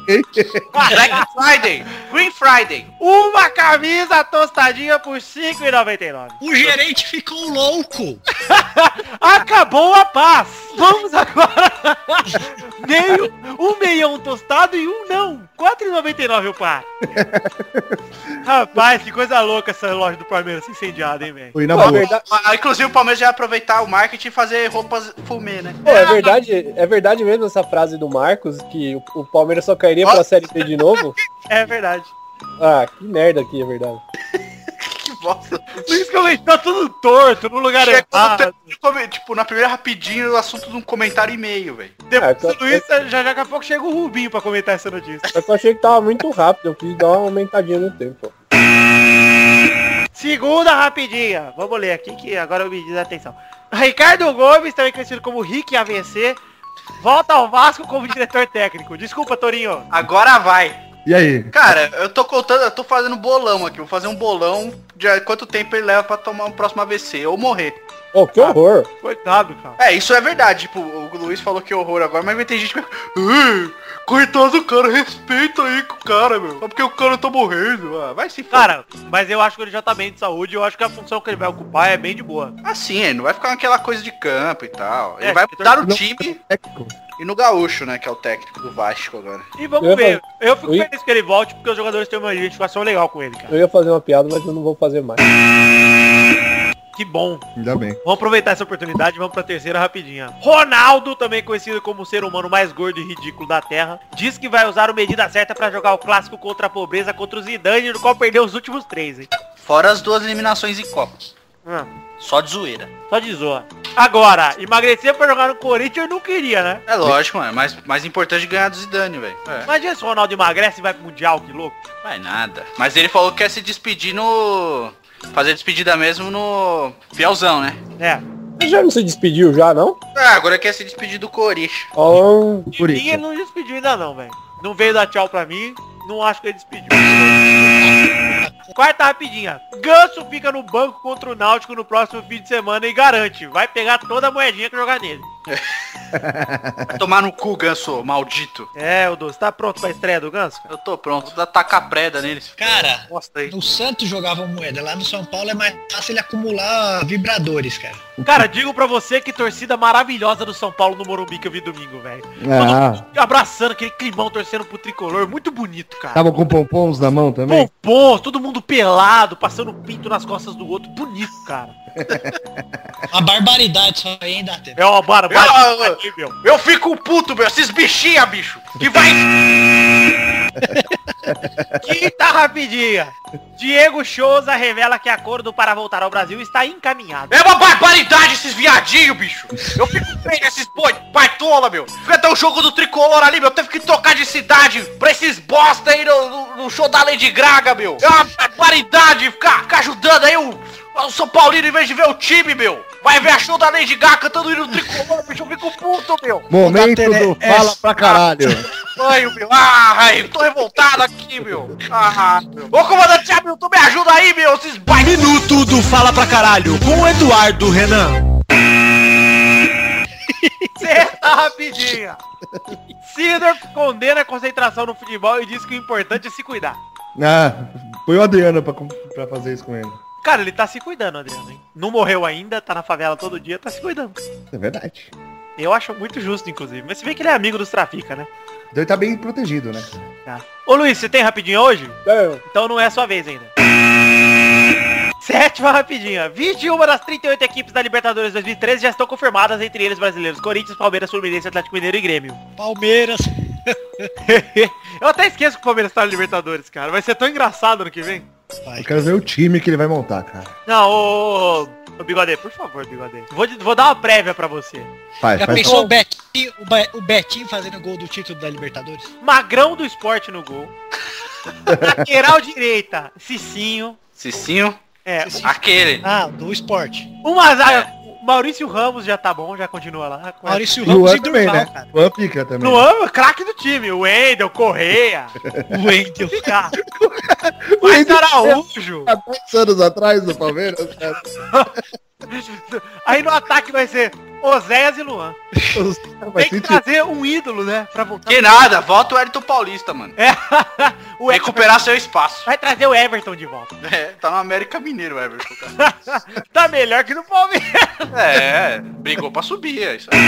Speaker 5: Black Friday. Green Friday.
Speaker 7: Uma camisa tostadinha por R$ 5,99.
Speaker 6: O gerente ficou louco.
Speaker 7: Acabou a paz! Vamos agora! Meio, um meião pão tostado e um não. 4,99 o par. Rapaz, que coisa louca essa loja do Palmeiras incendiada, hein, velho?
Speaker 3: Foi na
Speaker 9: Pô, é
Speaker 3: boa.
Speaker 9: verdade-
Speaker 5: Ah, Inclusive o Palmeiras ia aproveitar o marketing e fazer roupas fumê, né?
Speaker 9: Pô, é verdade, é verdade mesmo essa frase do Marcos, que o, o Palmeiras só cairia pra Série B de novo?
Speaker 7: É verdade.
Speaker 9: Ah, que merda aqui, é verdade.
Speaker 5: Que bosta.
Speaker 7: Por isso que eu tá tudo torto, no lugar é
Speaker 5: Chegou no
Speaker 7: errado.
Speaker 5: terceiro come- tipo, na primeira rapidinho, o assunto de um comentário e meio, velho.
Speaker 9: Ah,
Speaker 7: Depois
Speaker 9: então-
Speaker 7: de tudo isso, já, já daqui a pouco chega o Rubinho pra comentar essa notícia.
Speaker 9: Só É que eu achei que tava muito rápido, eu quis dar uma aumentadinha no tempo.
Speaker 7: Segunda rapidinha. Vamos ler aqui que agora eu me diz atenção. Ricardo Gomes, também conhecido como Rick AVC, volta ao Vasco como diretor técnico. Desculpa, Torinho.
Speaker 5: Agora vai.
Speaker 3: E aí?
Speaker 5: Cara, eu tô contando, eu tô fazendo bolão aqui. Vou fazer um bolão de quanto tempo ele leva pra tomar um próximo AVC ou morrer.
Speaker 9: Oh, que horror!
Speaker 7: Coitado, cara.
Speaker 5: É, isso é verdade. Tipo, o Luiz falou que é horror agora, mas vai ter gente que... "Ih, Coitado do cara, respeita aí com o cara, meu. Só porque o cara tá morrendo. Ah, vai se foder.
Speaker 7: Cara, mas eu acho que ele já tá bem de saúde. Eu acho que a função que ele vai ocupar é bem de boa.
Speaker 5: Assim, ele não vai ficar naquela coisa de campo e tal. Ele
Speaker 7: É,
Speaker 5: vai
Speaker 7: se
Speaker 5: mudar o
Speaker 3: tornar-
Speaker 5: time
Speaker 3: Técnico.
Speaker 5: e no Gaúcho, né? Que é o técnico do Vasco agora.
Speaker 7: E vamos
Speaker 9: Eu
Speaker 7: ver. Eu fico
Speaker 9: Ui.
Speaker 7: feliz que ele volte porque os jogadores têm uma identificação legal com ele, cara.
Speaker 9: Eu ia fazer uma piada, mas eu não vou fazer mais.
Speaker 7: Que bom.
Speaker 3: Ainda bem.
Speaker 7: Vamos aproveitar essa oportunidade e vamos pra terceira rapidinha. Ronaldo, também conhecido como o ser humano mais gordo e ridículo da Terra, diz que vai usar o medida certa pra jogar o clássico contra a pobreza contra o Zidane, no qual perdeu os últimos três, hein?
Speaker 5: Fora as duas eliminações em copos.
Speaker 7: Ah,
Speaker 5: Só de zoeira.
Speaker 7: só de zoa. Agora, emagrecer pra jogar no Corinthians eu não queria, né?
Speaker 5: É lógico, mano. Mas mais importante é ganhar do Zidane, velho. É.
Speaker 7: Imagina se o Ronaldo emagrece e vai pro Mundial, que louco.
Speaker 5: Vai nada. Mas ele falou que quer se despedir no... Fazer despedida mesmo no... Piauzão, né?
Speaker 7: É.
Speaker 9: Ele já não se despediu já, não?
Speaker 5: Ah, agora quer se despedir do Corinthians.
Speaker 9: Oh,
Speaker 3: Por
Speaker 7: Ninguém
Speaker 3: isso.
Speaker 7: não despediu ainda não, velho. Não veio dar tchau pra mim, não acho que ele despediu. Quarta rapidinha. Ganso fica no banco contra o Náutico no próximo fim de semana e garante, vai pegar toda a moedinha que jogar nele.
Speaker 5: Vai tomar no cu, ganso, maldito.
Speaker 7: É, o Doce, tá pronto pra estreia do Ganso?
Speaker 5: Eu tô pronto. Vou tacar a preda neles.
Speaker 6: Cara,
Speaker 7: Mostra aí.
Speaker 6: no Santos jogavam moeda, lá no São Paulo é mais fácil ele acumular vibradores, cara.
Speaker 7: Cara, digo pra você que torcida maravilhosa do São Paulo no Morumbi que eu vi domingo, velho.
Speaker 3: Ah,
Speaker 7: Abraçando aquele climão, torcendo pro tricolor, muito bonito, cara.
Speaker 3: tava com pompons na mão Tá também?
Speaker 7: Pompons, todo mundo pelado, passando pinto nas costas do outro, bonito, cara.
Speaker 6: Uma barbaridade só aí ainda teve.
Speaker 7: É uma
Speaker 5: Ah,
Speaker 7: barbaridade, meu.
Speaker 5: Eu fico puto, meu. Esses bichinha, bicho. Que vai...
Speaker 7: Quinta rapidinha. Diego Souza revela que acordo para voltar ao Brasil está encaminhado.
Speaker 5: É uma barbaridade esses viadinhos, bicho! Eu fico feio nesses boi, baitola, meu! Fica até o jogo do tricolor ali, meu! Teve que trocar de cidade pra esses bosta aí no, no- no show da Lady Graga, meu! É uma barbaridade ficar, ficar ajudando aí o, o São Paulino em vez de ver o time, meu! Vai ver a show da Lady Gaga cantando o hino do tricolor, bicho! Eu fico puto, meu!
Speaker 3: Momento
Speaker 6: Datena,
Speaker 3: do
Speaker 6: é-
Speaker 3: fala pra caralho.
Speaker 5: Banho, meu! Ah, eu tô revoltado aqui, meu! Ah, meu. Ô, comandante Hamilton, me ajuda aí, meu! Esses baitola!
Speaker 11: Minuto do Fala Pra Caralho, com Eduardo Renan.
Speaker 7: Sexta rapidinha. Sidor condena a concentração no futebol e diz que o importante é se cuidar.
Speaker 3: Ah, foi o Adriano pra, com- pra fazer isso com ele.
Speaker 7: Cara, ele tá se cuidando, Adriano, hein? Não morreu ainda, tá na favela todo dia, tá se cuidando.
Speaker 3: É verdade.
Speaker 7: Eu acho muito justo, inclusive. Mas se vê que ele é amigo dos trafica, né?
Speaker 3: Então ele tá bem protegido, né?
Speaker 7: Tá. Ô Luiz, você tem rapidinho hoje?
Speaker 9: é,
Speaker 7: Então não é sua vez ainda. Sétima rapidinha. 21 das 38 equipes da Libertadores 2013 já estão confirmadas, entre eles brasileiros Corinthians, Palmeiras, Fluminense, Atlético Mineiro e Grêmio.
Speaker 6: Palmeiras.
Speaker 7: Eu até esqueço que o Palmeiras tá na Libertadores, cara. Vai ser tão engraçado ano que vem.
Speaker 3: Eu quero ver o time que ele vai montar, cara.
Speaker 7: Não, ô, ô, ô Bigode, por favor, Bigode. Vou, de- vou dar uma prévia pra você.
Speaker 3: Faz,
Speaker 6: Já
Speaker 3: faz.
Speaker 6: pensou o Betinho, o Be- o Betinho fazendo gol do título da Libertadores?
Speaker 7: Magrão do esporte no gol. Lateral direita, Cicinho.
Speaker 5: Cicinho,
Speaker 7: É,
Speaker 5: aquele.
Speaker 6: Ah, do esporte.
Speaker 7: uma zaga. Maurício Ramos já tá bom, já continua lá.
Speaker 6: Maurício Ramos
Speaker 3: Luan
Speaker 6: e Durval,
Speaker 3: também, né?
Speaker 6: cara.
Speaker 3: Luan pica também.
Speaker 7: Luan, craque do time. O Wendel, Correia.
Speaker 6: Wendel.
Speaker 12: Ah.
Speaker 7: Tá.
Speaker 3: Wendel.
Speaker 7: Luiz Araújo.
Speaker 3: Há 10 anos atrás do Palmeiras, cara.
Speaker 12: Aí no ataque vai ser Oséias e Luan.
Speaker 3: Vai
Speaker 12: Tem que trazer um ídolo, né? Pra voltar.
Speaker 5: Ah. Que nada, volta o Elton Paulista, mano.
Speaker 12: É. O Everton.
Speaker 5: Recuperar seu espaço.
Speaker 12: Vai trazer o Everton de volta.
Speaker 5: É, tá no América Mineiro, Everton, cara.
Speaker 12: tá melhor que no Palmeiras.
Speaker 5: É, brigou pra subir, é isso aí.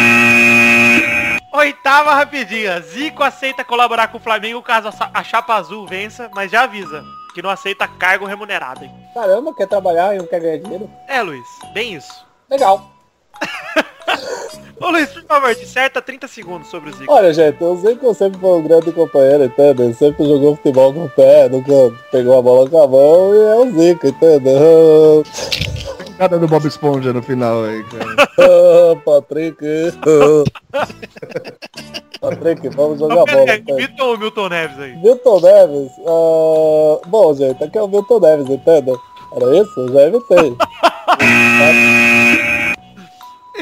Speaker 12: Oitava rapidinha. Zico aceita colaborar com o Flamengo caso a sa- a Chapa Azul vença, mas já avisa que não aceita cargo remunerado. hein?
Speaker 9: Caramba, quer trabalhar e não quer ganhar dinheiro?
Speaker 12: É, Luiz, bem isso.
Speaker 9: Legal.
Speaker 12: Ô, Luiz, por favor, disserta 30 segundos sobre o Zico.
Speaker 9: Olha, gente, eu sei que eu sempre fui um grande companheiro, entende? Ele sempre jogou futebol com o pé, nunca pegou a bola com a mão e é o Zico, entendeu?
Speaker 3: Nada do Bob Esponja no final aí, cara.
Speaker 9: Ah, Patrick. ah. Patrick, vamos jogar bola.
Speaker 12: Pera aí,
Speaker 9: entende?
Speaker 12: Vitor ou Milton Neves aí?
Speaker 9: Milton Neves. ah, Bom, gente, aqui é o Milton Neves, entende? Era isso? Eu já evitei.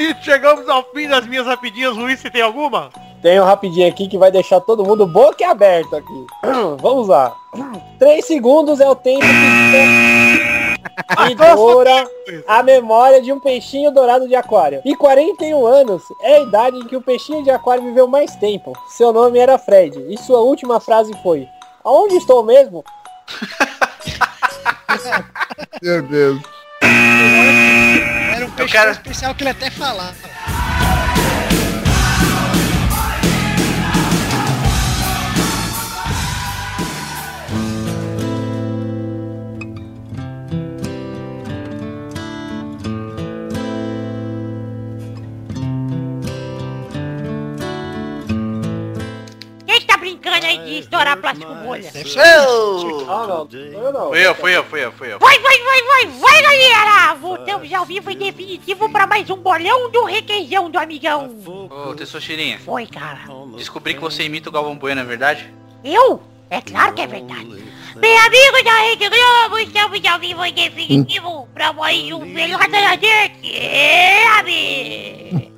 Speaker 12: E chegamos ao fim das minhas rapidinhas, Luiz, você tem alguma?
Speaker 9: Tem um rapidinho aqui que vai deixar todo mundo boca aberto aqui. Vamos lá. 3 segundos é o tempo que e dura a memória de um peixinho dourado de aquário. E 41 anos é a idade em que o peixinho de aquário viveu mais tempo. Seu nome era Fred e sua última frase foi: Aonde estou mesmo?
Speaker 3: Meu Deus.
Speaker 6: Era um peixe
Speaker 5: quero-
Speaker 6: especial que ele até falava.
Speaker 7: Quem que tá brincando aí de estourar plástico bolha?
Speaker 2: é
Speaker 5: Eu!
Speaker 9: não, eu não.
Speaker 5: Fui eu, fui eu, fui eu, fui eu.
Speaker 7: Vai, vai, vai, vai, vai, galera! Voltamos ao vivo e definitivo pra mais um bolão do requeijão do amigão.
Speaker 5: Ô, Tessoxirinha,
Speaker 7: Foi, cara.
Speaker 5: descobri que você imita o Galvão Bueno, é verdade?
Speaker 7: Eu? É claro que é verdade. Bem, amigos da Rede Globo, estamos ao vivo e definitivo pra mais um Pelada na Gente. É, amigo!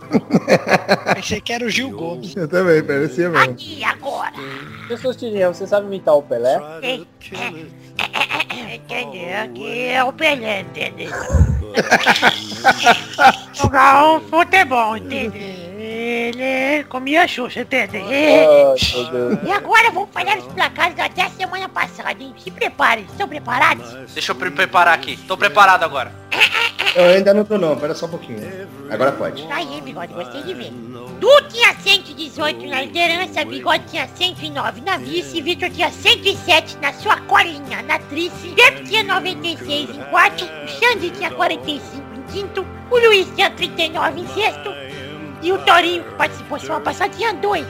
Speaker 6: Pensei que era o Gil Gomes.
Speaker 3: Eu também, parecia mesmo.
Speaker 7: Aqui, agora.
Speaker 9: Pessoas tirinhas, você sabe imitar o Pelé?
Speaker 7: Ei, é, é, é, é, Entendeu? Aqui é o Pelé, entendeu? Jogar um futebol, entendeu? Ele comia Xuxa, entendeu?
Speaker 9: Ai, meu Deus.
Speaker 7: E agora vamos falar os placares até a semana passada, hein? Se preparem, estão preparados?
Speaker 5: Deixa eu pre- preparar aqui. Tô preparado agora.
Speaker 3: Eu ainda não tô não, pera só um pouquinho. Agora pode.
Speaker 7: Tá aí, bigode, gostei de ver. Du tinha 118 na liderança, bigode tinha 109 na vice, Vitor tinha 107 na sua colinha, na trice, Depp tinha 96 em quarto, o Xande tinha 45 em quinto, o Luiz tinha 39 em sexto e o Torinho, que participou semana passada, tinha dois.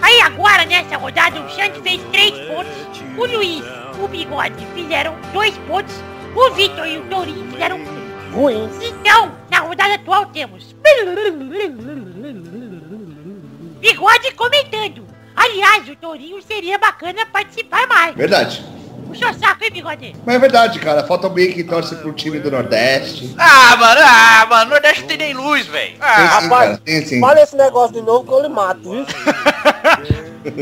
Speaker 7: Aí agora, nessa rodada, o Xande fez três pontos, o Luiz, o Bigode fizeram dois pontos, o Vitor e o Torinho fizeram um.
Speaker 9: Ruim.
Speaker 7: Então, na rodada atual temos. Bigode comentando. Aliás, o Tourinho seria bacana participar mais.
Speaker 3: Verdade.
Speaker 7: Puxa o saco, hein, bigode?
Speaker 3: Mas é verdade, cara. Falta alguém que torce pro time do Nordeste.
Speaker 5: Ah, mano, ah, mano, Nordeste não tem nem luz, velho. Ah,
Speaker 3: Tem sim,
Speaker 9: rapaz,
Speaker 3: cara, tem sim.
Speaker 9: Fala esse negócio de novo que eu lhe mato, viu?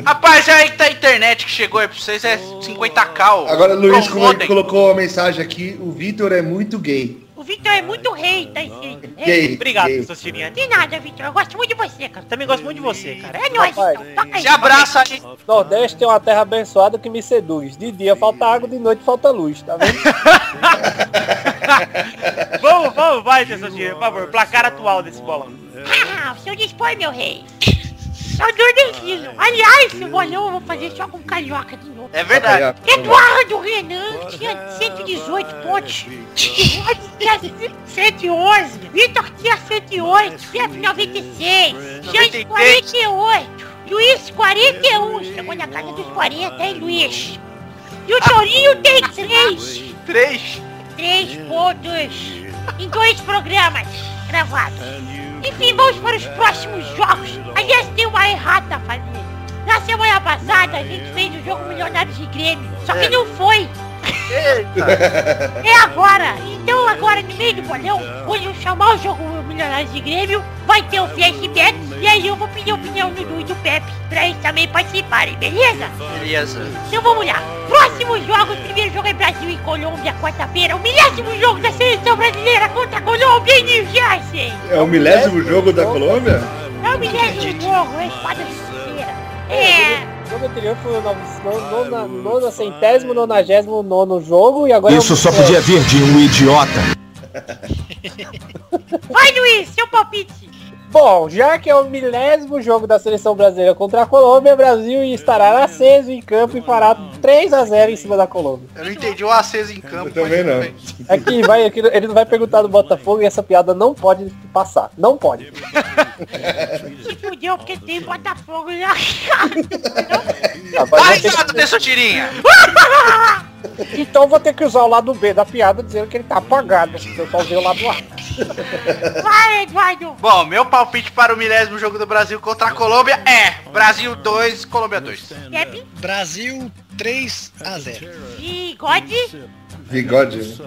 Speaker 5: rapaz, é aí que tá a internet que chegou aí pra vocês, é 50k. ó.
Speaker 3: Agora o Luiz colo-
Speaker 5: Promotem.
Speaker 3: colocou uma mensagem aqui, o Vitor é muito gay.
Speaker 7: O Vitor é muito rei tá escrito. É.
Speaker 3: Gay.
Speaker 12: Obrigado,
Speaker 3: gay.
Speaker 12: pessoas tirinhas.
Speaker 7: De nada, Vitor. Eu gosto muito de você, cara.
Speaker 12: Também gosto muito de você, cara.
Speaker 7: É nóis,
Speaker 9: Papai.
Speaker 7: então. Toca aí.
Speaker 5: Se abraça aí.
Speaker 9: Nordeste é uma terra abençoada que me seduz. De dia falta água, de noite falta luz, tá vendo?
Speaker 12: Vamos, vamos, vai, pessoas tirinhas, por favor. Placar atual desse bolão.
Speaker 7: Ah, o seu dispõe, meu rei. É o nordestino. Aliás, esse bolão eu vou fazer só com carioca de novo.
Speaker 5: É verdade.
Speaker 7: Eduardo Renan tinha 118 pontos. Eduardo tinha 111. Vitor tinha 108. Pepe 96. Gente
Speaker 5: 96.
Speaker 7: 48. Luiz 41. Chegou na casa dos 40, hein, Luiz? E o Torinho tem 3.
Speaker 5: Três.
Speaker 7: 3 pontos em dois programas gravados. Enfim, vamos para os próximos jogos. Aliás, tem uma errata a fazer. Na semana passada a gente fez o jogo Milionários de Grêmio, só que não foi. É agora! Então agora no meio do bolão, quando eu chamar o jogo Milionários de Grêmio, vai ter o flashback e aí eu vou pedir a opinião do Du e do Pepe pra eles também participarem, beleza?
Speaker 5: Beleza.
Speaker 7: Então vamos lá. Próximo milésimo jogo, o primeiro jogo é Brasil e Colômbia, quarta-feira, o milésimo jogo da seleção brasileira contra a Colômbia em Nijacen.
Speaker 3: É o milésimo jogo da Colômbia?
Speaker 7: É o milésimo jogo, é espada de feira. É,
Speaker 9: O jogo anterior foi o nove- no- nona- nona- centésimo, nonagésimo, nono jogo e agora... é o-
Speaker 13: Isso só podia vir de um idiota.
Speaker 7: vai Luiz, seu palpite.
Speaker 9: Bom, já que é o milésimo jogo da seleção brasileira contra a Colômbia, o Brasil estará aceso em campo e fará 3 a 0 em cima da Colômbia.
Speaker 5: Eu não entendi o aceso em campo.
Speaker 3: Também não.
Speaker 9: É que vai, é que ele não vai perguntar do Botafogo e essa piada não pode passar. Não pode.
Speaker 7: Se fudeu porque tem Botafogo lá.
Speaker 9: Ah, vai- vai
Speaker 5: Vai,
Speaker 9: ter que-
Speaker 5: Sato, dessa tirinha.
Speaker 9: Então vou ter que usar o lado B da piada dizendo que ele tá apagado. Eu só usei o lado A.
Speaker 7: Vai, Eduardo.
Speaker 5: Bom, meu palpite para o milésimo jogo do Brasil contra a Colômbia é Brasil 2, Colômbia 2.
Speaker 7: Pepe,
Speaker 6: Brasil 3 a 0.
Speaker 7: bigode,
Speaker 3: Bigode. né?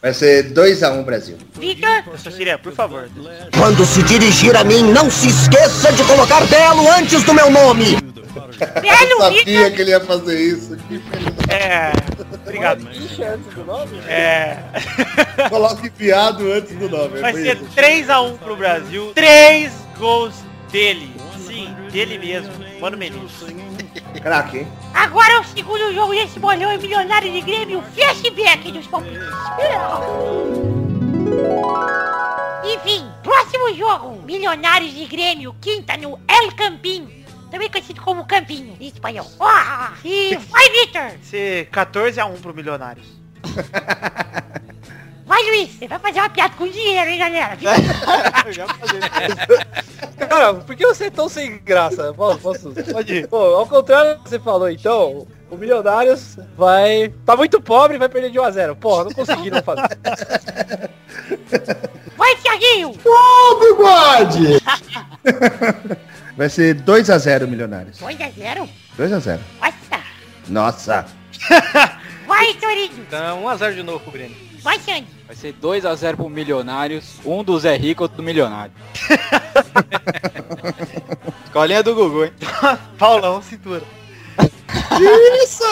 Speaker 3: Vai ser 2x1 Brasil.
Speaker 7: Vitor,
Speaker 14: Essa seria, por favor.
Speaker 2: Quando se dirigir a mim, não se esqueça de colocar Belo antes do meu nome.
Speaker 7: Belo, Vitor.
Speaker 3: Sabia que ele ia fazer isso.
Speaker 14: É. Obrigado.
Speaker 9: Ixi, antes do nome?
Speaker 14: É.
Speaker 3: Coloque viado antes do nome.
Speaker 14: Vai
Speaker 3: foi
Speaker 14: ser
Speaker 3: isso.
Speaker 14: 3x1 pro Brasil. 3 gols dele. Sim, dele mesmo. Mano Menezes.
Speaker 3: Craque, hein?
Speaker 7: Agora é o segundo jogo desse bolão é milionário de Grêmio, flashback dos palpites. Enfim, próximo jogo, Milionários de Grêmio, quinta no El Campín, também conhecido como Campinho, em espanhol. Ah, e vai Vitor,
Speaker 14: Vai ser 14x1 pro Milionários.
Speaker 7: vai Luiz, você vai fazer uma piada com dinheiro, hein galera?
Speaker 9: Cara, por que você é tão sem graça? Posso, posso- pode ir. Pô, ao contrário do que você falou, então, o Milionários vai... Tá muito pobre e vai perder de 1 a 0 Porra, não consegui não fazer.
Speaker 7: Vai Thiaguinho,
Speaker 3: Ô, bigode! Vai ser 2x0 Milionários.
Speaker 7: 2 a 0,
Speaker 3: 2x0. Nossa.
Speaker 7: nossa, vai Torinho,
Speaker 15: Então, 1x0 de novo pro Grêmio.
Speaker 7: vai Sandy,
Speaker 15: Vai ser 2x0 pro Milionários, um do Zé Rico, outro do Milionário. Escolinha do Gugu, hein?
Speaker 14: Paulão, cintura.
Speaker 7: Isso!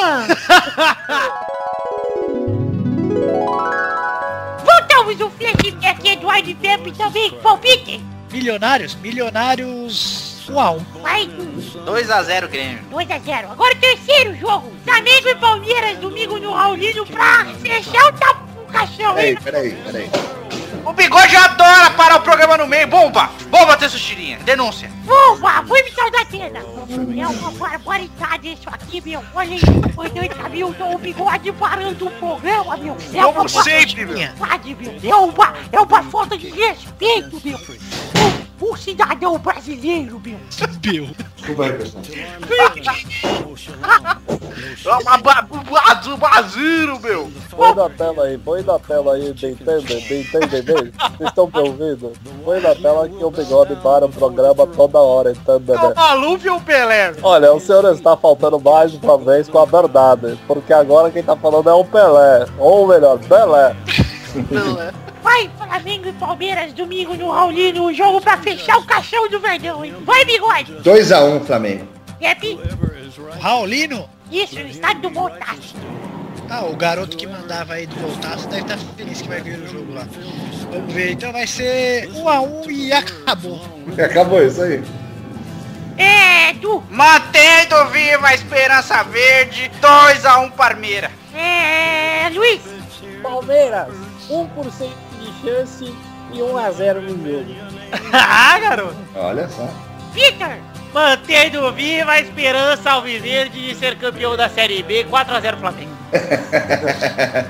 Speaker 7: Voltamos o flashback Eduardo e Pepe também, palpite,
Speaker 6: Milionários? Milionários 1 a 1.
Speaker 7: vai
Speaker 5: 2x0 Grêmio.
Speaker 7: 2 a 0. Agora o terceiro jogo. Flamengo e Palmeiras, domingo no Raulino pra fechar o tap- o caixão, hein?
Speaker 3: Peraí, peraí, peraí.
Speaker 5: O Bigode adora parar o programa no meio. Bomba! Bomba, dessa tirinha. Denúncia.
Speaker 7: Ufa, fui me saudar dela. É uma barbaridade isso aqui, meu. Olha isso, foi doida, meu. Tô o bigode parando o programa, meu. É
Speaker 5: Como
Speaker 7: uma
Speaker 5: sempre, meu.
Speaker 7: barbaridade, meu. É uma, é uma falta de respeito, meu. O, o cidadão brasileiro, meu.
Speaker 3: Desculpa aí, pessoal.
Speaker 5: Baziro, meu.
Speaker 2: Põe na tela aí, põe na tela aí, deitando, deitando, deitando. Vocês estão me ouvindo? Põe na tela que o bigode para o programa toda hora, entendeu?
Speaker 14: O Maluf ou o Pelé?
Speaker 2: Olha, o senhor está faltando mais uma vez com a verdade, porque agora quem tá falando é o Pelé, ou melhor, Pelé.
Speaker 7: Vai, Flamengo e Palmeiras, domingo no Raulino. O jogo pra fechar o caixão do Verdão, hein. Vai, bigode.
Speaker 3: 2x1 Flamengo.
Speaker 7: Pepe,
Speaker 6: Raulino?
Speaker 7: isso, no estádio do Montaço.
Speaker 6: Ah, o garoto que mandava aí do Voltaço deve estar feliz que vai ganhar o jogo lá. Vamos ver, então vai ser 1 a 1 e acabou.
Speaker 3: Acabou isso aí.
Speaker 7: É, Du.
Speaker 5: Mantendo viva a esperança verde. 2x1 Parmeira.
Speaker 7: É, Luiz.
Speaker 9: Palmeiras, 1% de chance e 1 a 0 no jogo.
Speaker 14: ah, garoto.
Speaker 3: Olha só.
Speaker 7: Peter.
Speaker 14: Mantendo viva a esperança alviverde de ser campeão da Série B. 4x0 Flamengo.
Speaker 3: É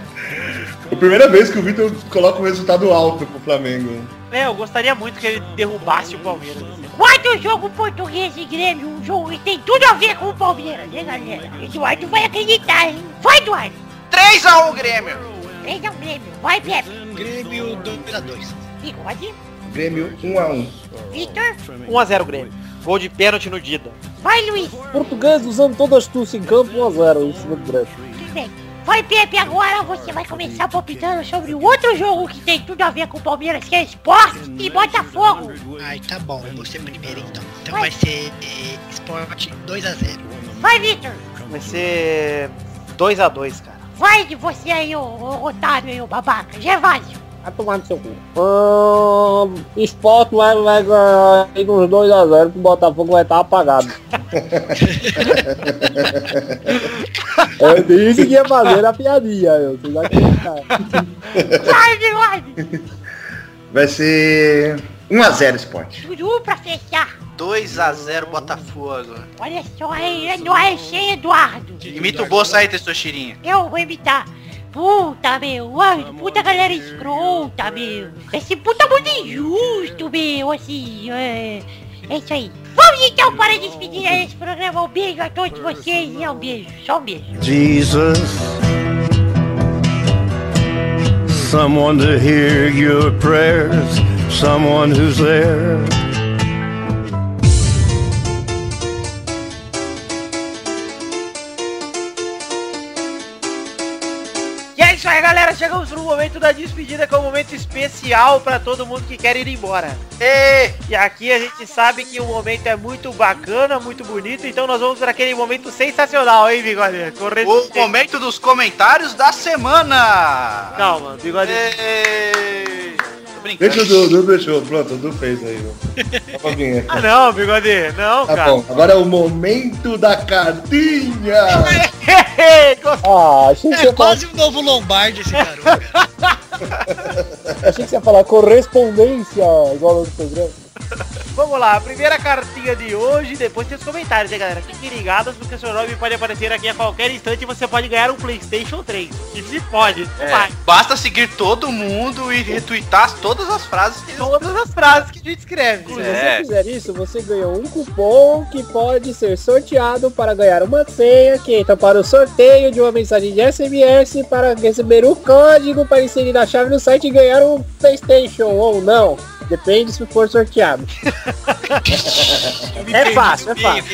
Speaker 3: a primeira vez que o Vitor coloca um resultado alto pro Flamengo.
Speaker 14: É, eu gostaria muito que ele derrubasse o Palmeiras.
Speaker 7: Quarto jogo português e Grêmio, um jogo que tem tudo a ver com o Palmeiras, né galera? Eduardo vai acreditar, hein? Vai, Eduardo!
Speaker 5: 3x1 Grêmio!
Speaker 7: 3 é um Grêmio, vai, Pepe!
Speaker 6: Grêmio 2 a 2.
Speaker 7: Bigode,
Speaker 3: Grêmio 1x1.
Speaker 7: Victor,
Speaker 14: 1x0 Grêmio. Gol de pênalti no Dida.
Speaker 7: vai, Luiz,
Speaker 9: Português usando toda a astúcia em campo 1 a 0 em cima do Grêmio.
Speaker 7: tudo bem. Vai, Pepe, agora você vai começar palpitando sobre o outro jogo que tem tudo a ver com o Palmeiras, que é esporte e Botafogo.
Speaker 6: Ai, tá bom, eu vou ser primeiro então. Então vai ser eh, Sport 2 a 0.
Speaker 7: Vai, Victor,
Speaker 14: Vai ser
Speaker 16: 2x2, cara.
Speaker 7: Vai de você aí, ô, ô otário aí, ô babaca. Gervásio.
Speaker 17: Vai tomar no seu cu. Ahn, Sport vai, vai ganhar aí nos 2x0 que o Botafogo vai estar apagado. eu disse que ia fazer a piadinha, eu. Vocês acreditaram.
Speaker 7: Live, live.
Speaker 18: Vai ser 1x0 Sport.
Speaker 7: Dudu pra fechar.
Speaker 5: 2x0 Botafogo.
Speaker 7: Olha só, hein? É nóis, hein, Eduardo?
Speaker 5: Imita o bolso aí, Testosterinha.
Speaker 7: Eu vou imitar. Puta, meu. Ai, puta galera escrota, meu. Esse puta é muito injusto, meu. Assim, é... É isso aí. Vamos então para despedir a esse programa. Um beijo a todos vocês e é um beijo. Só um beijo.
Speaker 1: Jesus, someone to hear your prayers, someone who's there.
Speaker 16: E é isso aí, galera. Chegamos no momento da despedida, que é um momento especial pra todo mundo que quer ir embora. E, aqui a gente sabe que o momento é muito bacana, muito bonito, então nós vamos para aquele momento sensacional, hein, Bigode? Corre
Speaker 5: O momento dos comentários da semana.
Speaker 16: Calma, Bigode.
Speaker 5: Tô
Speaker 3: Deixa o
Speaker 5: brincando.
Speaker 3: Dudu, Dudu deixou. Pronto, o Dudu fez aí. ó. Só um pouquinho.
Speaker 16: Ah, não, Bigode. Não,
Speaker 3: Tá
Speaker 16: cara.
Speaker 3: bom, agora é o momento da cartinha.
Speaker 9: ah, achei que você ia falar,
Speaker 6: um novo Lombardi esse garoto.
Speaker 9: achei que você ia falar correspondência, igual no programa.
Speaker 16: Vamos lá, a primeira cartinha de hoje, depois tem os comentários, hein, galera? Fiquem ligados, porque seu nome pode aparecer aqui a qualquer instante e você pode ganhar um Playstation 3. E se pode,
Speaker 5: É,
Speaker 16: vai.
Speaker 5: basta seguir todo mundo e retweetar todas as frases que
Speaker 16: Todas as frases que a gente escreve.
Speaker 9: Se você fizer isso, você ganha um cupom que pode ser sorteado para ganhar uma senha que entra para o sorteio de uma mensagem de SMS para receber o código para inserir a chave no site e ganhar um Playstation ou não. Depende se for sorteado.
Speaker 16: é fácil, é fácil.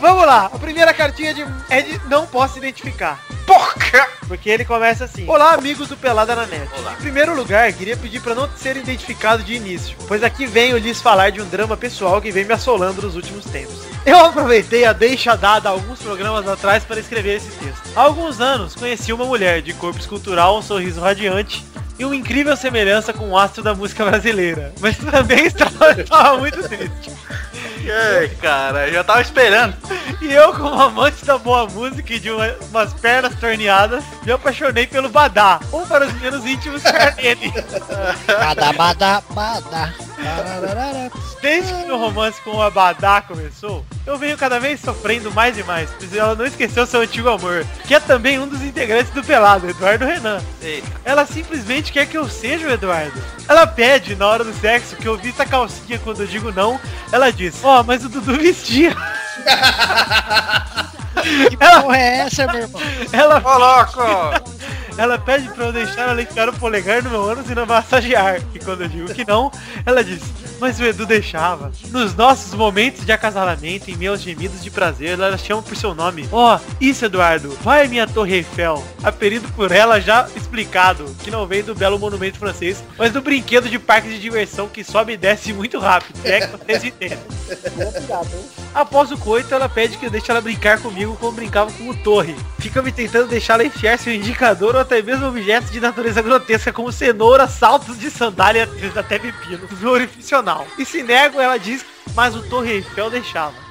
Speaker 16: Vamos lá, a primeira cartinha de, é de não posso identificar.
Speaker 5: É.
Speaker 16: Porca! Porque ele começa assim. Olá, amigos do Pelada na Net. Em primeiro lugar, queria pedir para não ser identificado de início, pois aqui venho lhes falar de um drama pessoal que vem me assolando nos últimos tempos. Eu aproveitei a deixa dada alguns programas atrás para escrever esse texto. Há alguns anos, conheci uma mulher de corpo escultural, um sorriso radiante e uma incrível semelhança com o astro da música brasileira. Mas também estava, estava muito triste.
Speaker 5: Ai, cara, eu já tava esperando.
Speaker 16: E eu, como amante da boa música e de uma- umas pernas torneadas, me apaixonei pelo Badá, ou para os menos íntimos, Carnene.
Speaker 19: Badá, badá, badá.
Speaker 16: Desde que meu romance com o Abadá começou, eu venho cada vez sofrendo mais e mais, pois ela não esqueceu seu antigo amor, que é também um dos integrantes do Pelado, Eduardo Renan.
Speaker 5: Eita.
Speaker 16: Ela simplesmente quer que eu seja o Eduardo. Ela pede, na hora do sexo, que eu vista a calcinha quando eu digo não. Ela diz, ó, mas o Dudu vestia. que porra é essa, meu irmão? Ela... Ela pede pra eu deixar ela enfiar o polegar no meu ânus e não massagear. E quando eu digo que não, ela diz, mas o Edu deixava. Nos nossos momentos de acasalamento, em meus gemidos de prazer, ela chama por seu nome. Ó, isso Eduardo, vai minha Torre Eiffel. Apelido por ela já explicado, que não vem do belo monumento francês, mas do brinquedo de parque de diversão que sobe e desce muito rápido. É que vocês entendem. Após o coito, ela pede que eu deixe ela brincar comigo como brincava com o Torre. Fica me tentando deixar ela enfiar seu indicador ou até mesmo objetos de natureza grotesca como cenoura, saltos de sandália, às vezes até pepino, no orifício anal. E se nego, ela diz, mas o Torre Eiffel deixava.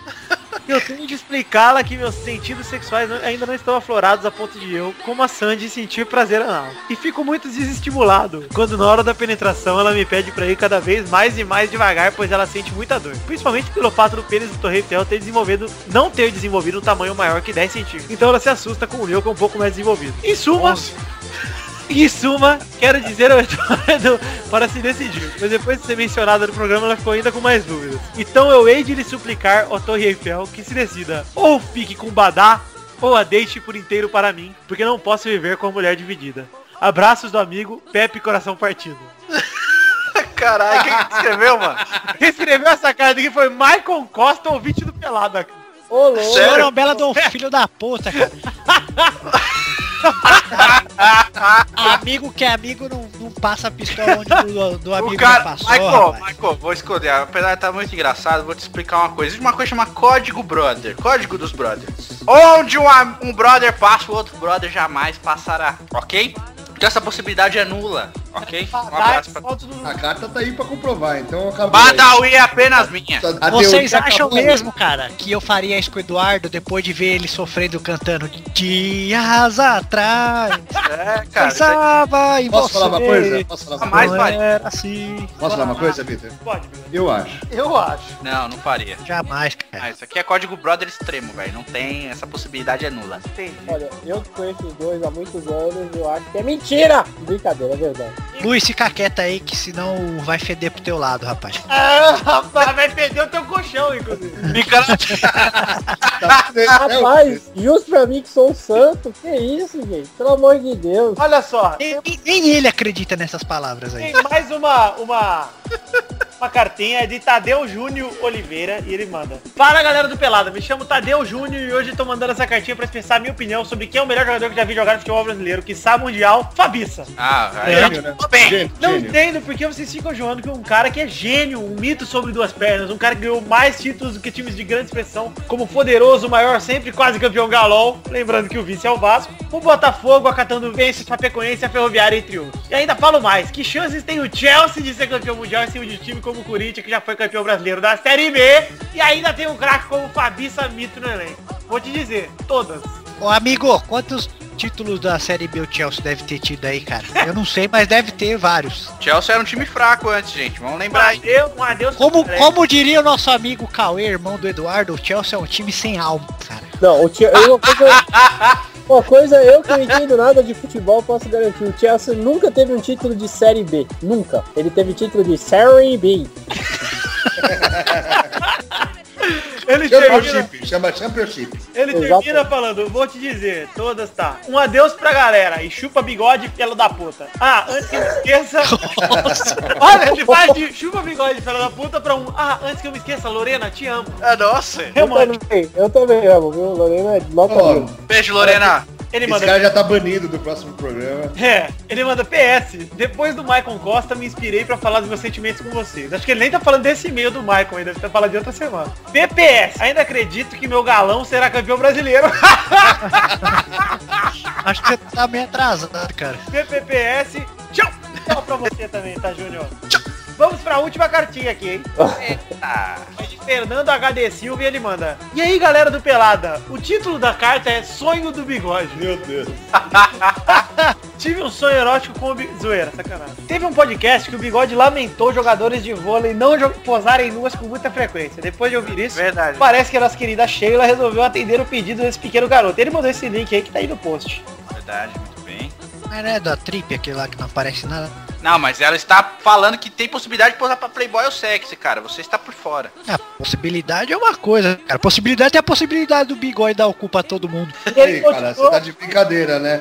Speaker 16: Eu tenho de explicá-la que meus sentidos sexuais não- ainda não estão aflorados a ponto de eu, como a Sandy, sentir prazer anal. E fico muito desestimulado quando na hora da penetração ela me pede pra ir cada vez mais e mais devagar, pois ela sente muita dor. Principalmente pelo fato do pênis do Torreifel ter desenvolvido, não ter desenvolvido um tamanho maior que 10 centímetros. Então ela se assusta com o meu que é um pouco mais desenvolvido. Em suma, em suma, quero dizer ao Eduardo para se decidir. Mas depois de ser mencionada no programa, ela ficou ainda com mais dúvidas. Então eu hei de lhe suplicar, ó Torre Eiffel, que se decida. Ou fique com o Badá, ou a deixe por inteiro para mim, porque não posso viver com a mulher dividida. Abraços do amigo Pepe Coração Partido.
Speaker 5: Caralho, quem que escreveu, mano?
Speaker 16: Quem escreveu essa carta aqui foi Michael Costa, ouvinte do Pelada.
Speaker 9: Ô,
Speaker 6: um Sério? Bela do filho da puta, cara. amigo que é amigo não, não passa a pistola onde do, do amigo
Speaker 5: O cara,
Speaker 6: não passou.
Speaker 5: Michael,
Speaker 6: rapaz.
Speaker 5: Michael, vou esconder. Apesar de estar muito engraçado, vou te explicar uma coisa. Existe uma coisa chamada código brother. Código dos brothers. Onde um, am- um brother passa, o outro brother jamais passará. Ok? Então essa possibilidade é nula. Ok? Um abraço pra
Speaker 3: A carta tá aí pra comprovar, então acabou.
Speaker 5: Badawi é apenas minha.
Speaker 3: A
Speaker 6: Vocês
Speaker 3: teoria
Speaker 6: acham
Speaker 3: acabou.
Speaker 6: mesmo, cara, que eu faria isso com o Eduardo depois de ver ele sofrendo cantando dias atrás?
Speaker 5: É,
Speaker 3: cara,
Speaker 6: Pensava em
Speaker 3: Posso
Speaker 6: você.
Speaker 3: falar uma coisa? Posso falar uma
Speaker 6: Jamais
Speaker 3: coisa?
Speaker 6: faria. Era assim.
Speaker 3: Posso falar uma coisa, Vitor?
Speaker 16: Pode.
Speaker 3: Eu acho.
Speaker 16: Eu acho.
Speaker 5: Não, não faria.
Speaker 6: Jamais, cara.
Speaker 5: Ah, isso aqui é código brother extremo, velho. Não tem. Essa possibilidade é nula.
Speaker 9: Olha, eu conheço os dois há muitos anos e eu acho que é mentira! Brincadeira, é verdade.
Speaker 6: Luiz, fica quieto aí que senão vai feder pro teu lado, rapaz.
Speaker 16: Ah, rapaz, vai perder o teu colchão, inclusive.
Speaker 3: É,
Speaker 9: Rapaz, justo pra mim que sou um santo, que isso, gente? Pelo amor de Deus.
Speaker 16: Olha só.
Speaker 6: Nem, nem ele acredita nessas palavras aí.
Speaker 16: Tem mais uma, uma, uma cartinha de Tadeu Júnior Oliveira e ele manda. Fala galera do Pelada, me chamo Tadeu Júnior e hoje tô mandando essa cartinha pra expressar a minha opinião sobre quem é o melhor jogador que já vi jogar no futebol brasileiro, que sabe mundial, Fabiça.
Speaker 5: Ah,
Speaker 16: É.
Speaker 5: velho. Tô bem.
Speaker 16: Não entendo porque vocês ficam joando com um cara que é gênio, um mito sobre duas pernas, um cara que ganhou mais títulos do que times de grande expressão, como poderoso, maior, sempre quase campeão galol, lembrando que o vice é o Vasco, o Botafogo acatando o Vence, Chapecoense, a Ferroviária, entre outros. E ainda falo mais, que chances tem o Chelsea de ser campeão mundial em cima de um time como o Corinthians, que já foi campeão brasileiro da Série B, e ainda tem um craque como o Fabiça Mito no elenco. Vou te dizer, todas.
Speaker 6: Ô amigo, quantos títulos da Série B o Chelsea deve ter tido aí, cara? Eu não sei, mas deve ter vários.
Speaker 5: Chelsea era um time fraco antes, gente. Vamos
Speaker 16: Um
Speaker 5: lembrar aí.
Speaker 16: adeus, um adeus.
Speaker 6: Como, como diria o nosso amigo Cauê, irmão do Eduardo, o Chelsea é um time sem alma, cara.
Speaker 9: Não, o Chelsea. Uma coisa, uma coisa eu que não entendo nada de futebol, posso garantir. O Chelsea nunca teve um título de Série B. Nunca. Ele teve título de Série B.
Speaker 16: Ele termina-
Speaker 3: É Championship, chama Championship.
Speaker 16: Ele termina falando, vou te dizer, todas tá. Um adeus pra galera e chupa bigode pelo da puta. Ah, antes que eu me esqueça. Olha, ele vai de chupa bigode pelo da puta pra um. Ah, antes que eu me esqueça, Lorena, te amo. É,
Speaker 5: Ah, nossa.
Speaker 9: Eu também, eu também amo, viu? Lorena é nota
Speaker 3: Ó,
Speaker 9: mil.
Speaker 5: Beijo, Lorena.
Speaker 16: Ele
Speaker 3: Esse
Speaker 16: manda.
Speaker 3: cara já tá banido do próximo programa.
Speaker 16: É, ele manda PS. Depois do Michael Costa, me inspirei pra falar dos meus sentimentos com vocês. Acho que ele nem tá falando desse e-mail do Michael, ainda tá falando de outra semana. PPS. Ainda acredito que meu galão será campeão brasileiro.
Speaker 6: Acho que você tá meio atrasado, cara.
Speaker 16: PPPS. Tchau! Tchau pra você também, tá, Júnior? Vamos pra última cartinha aqui, hein? É de Fernando HD Silva e ele manda. E aí, galera do Pelada? O título da carta é Sonho do Bigode.
Speaker 3: Meu Deus.
Speaker 16: Tive um sonho erótico com o Bigode. Zoeira, sacanagem. Teve um podcast que o Bigode lamentou jogadores de vôlei não jo- posarem nuas com muita frequência. Depois de ouvir isso,
Speaker 5: Verdade.
Speaker 16: parece que a nossa querida Sheila resolveu atender o pedido desse pequeno garoto. Ele mandou esse link aí que tá aí no post.
Speaker 5: Verdade, muito bem.
Speaker 6: Mas não é da Trip, aquele lá que não aparece nada.
Speaker 5: Não, mas ela está falando que tem possibilidade de posar pra Playboy ou sexy, cara. Você está por fora.
Speaker 6: A possibilidade é uma coisa, cara. Possibilidade é a possibilidade do bigode dar o cu pra todo mundo.
Speaker 3: Ei, cara, você tá de brincadeira, né?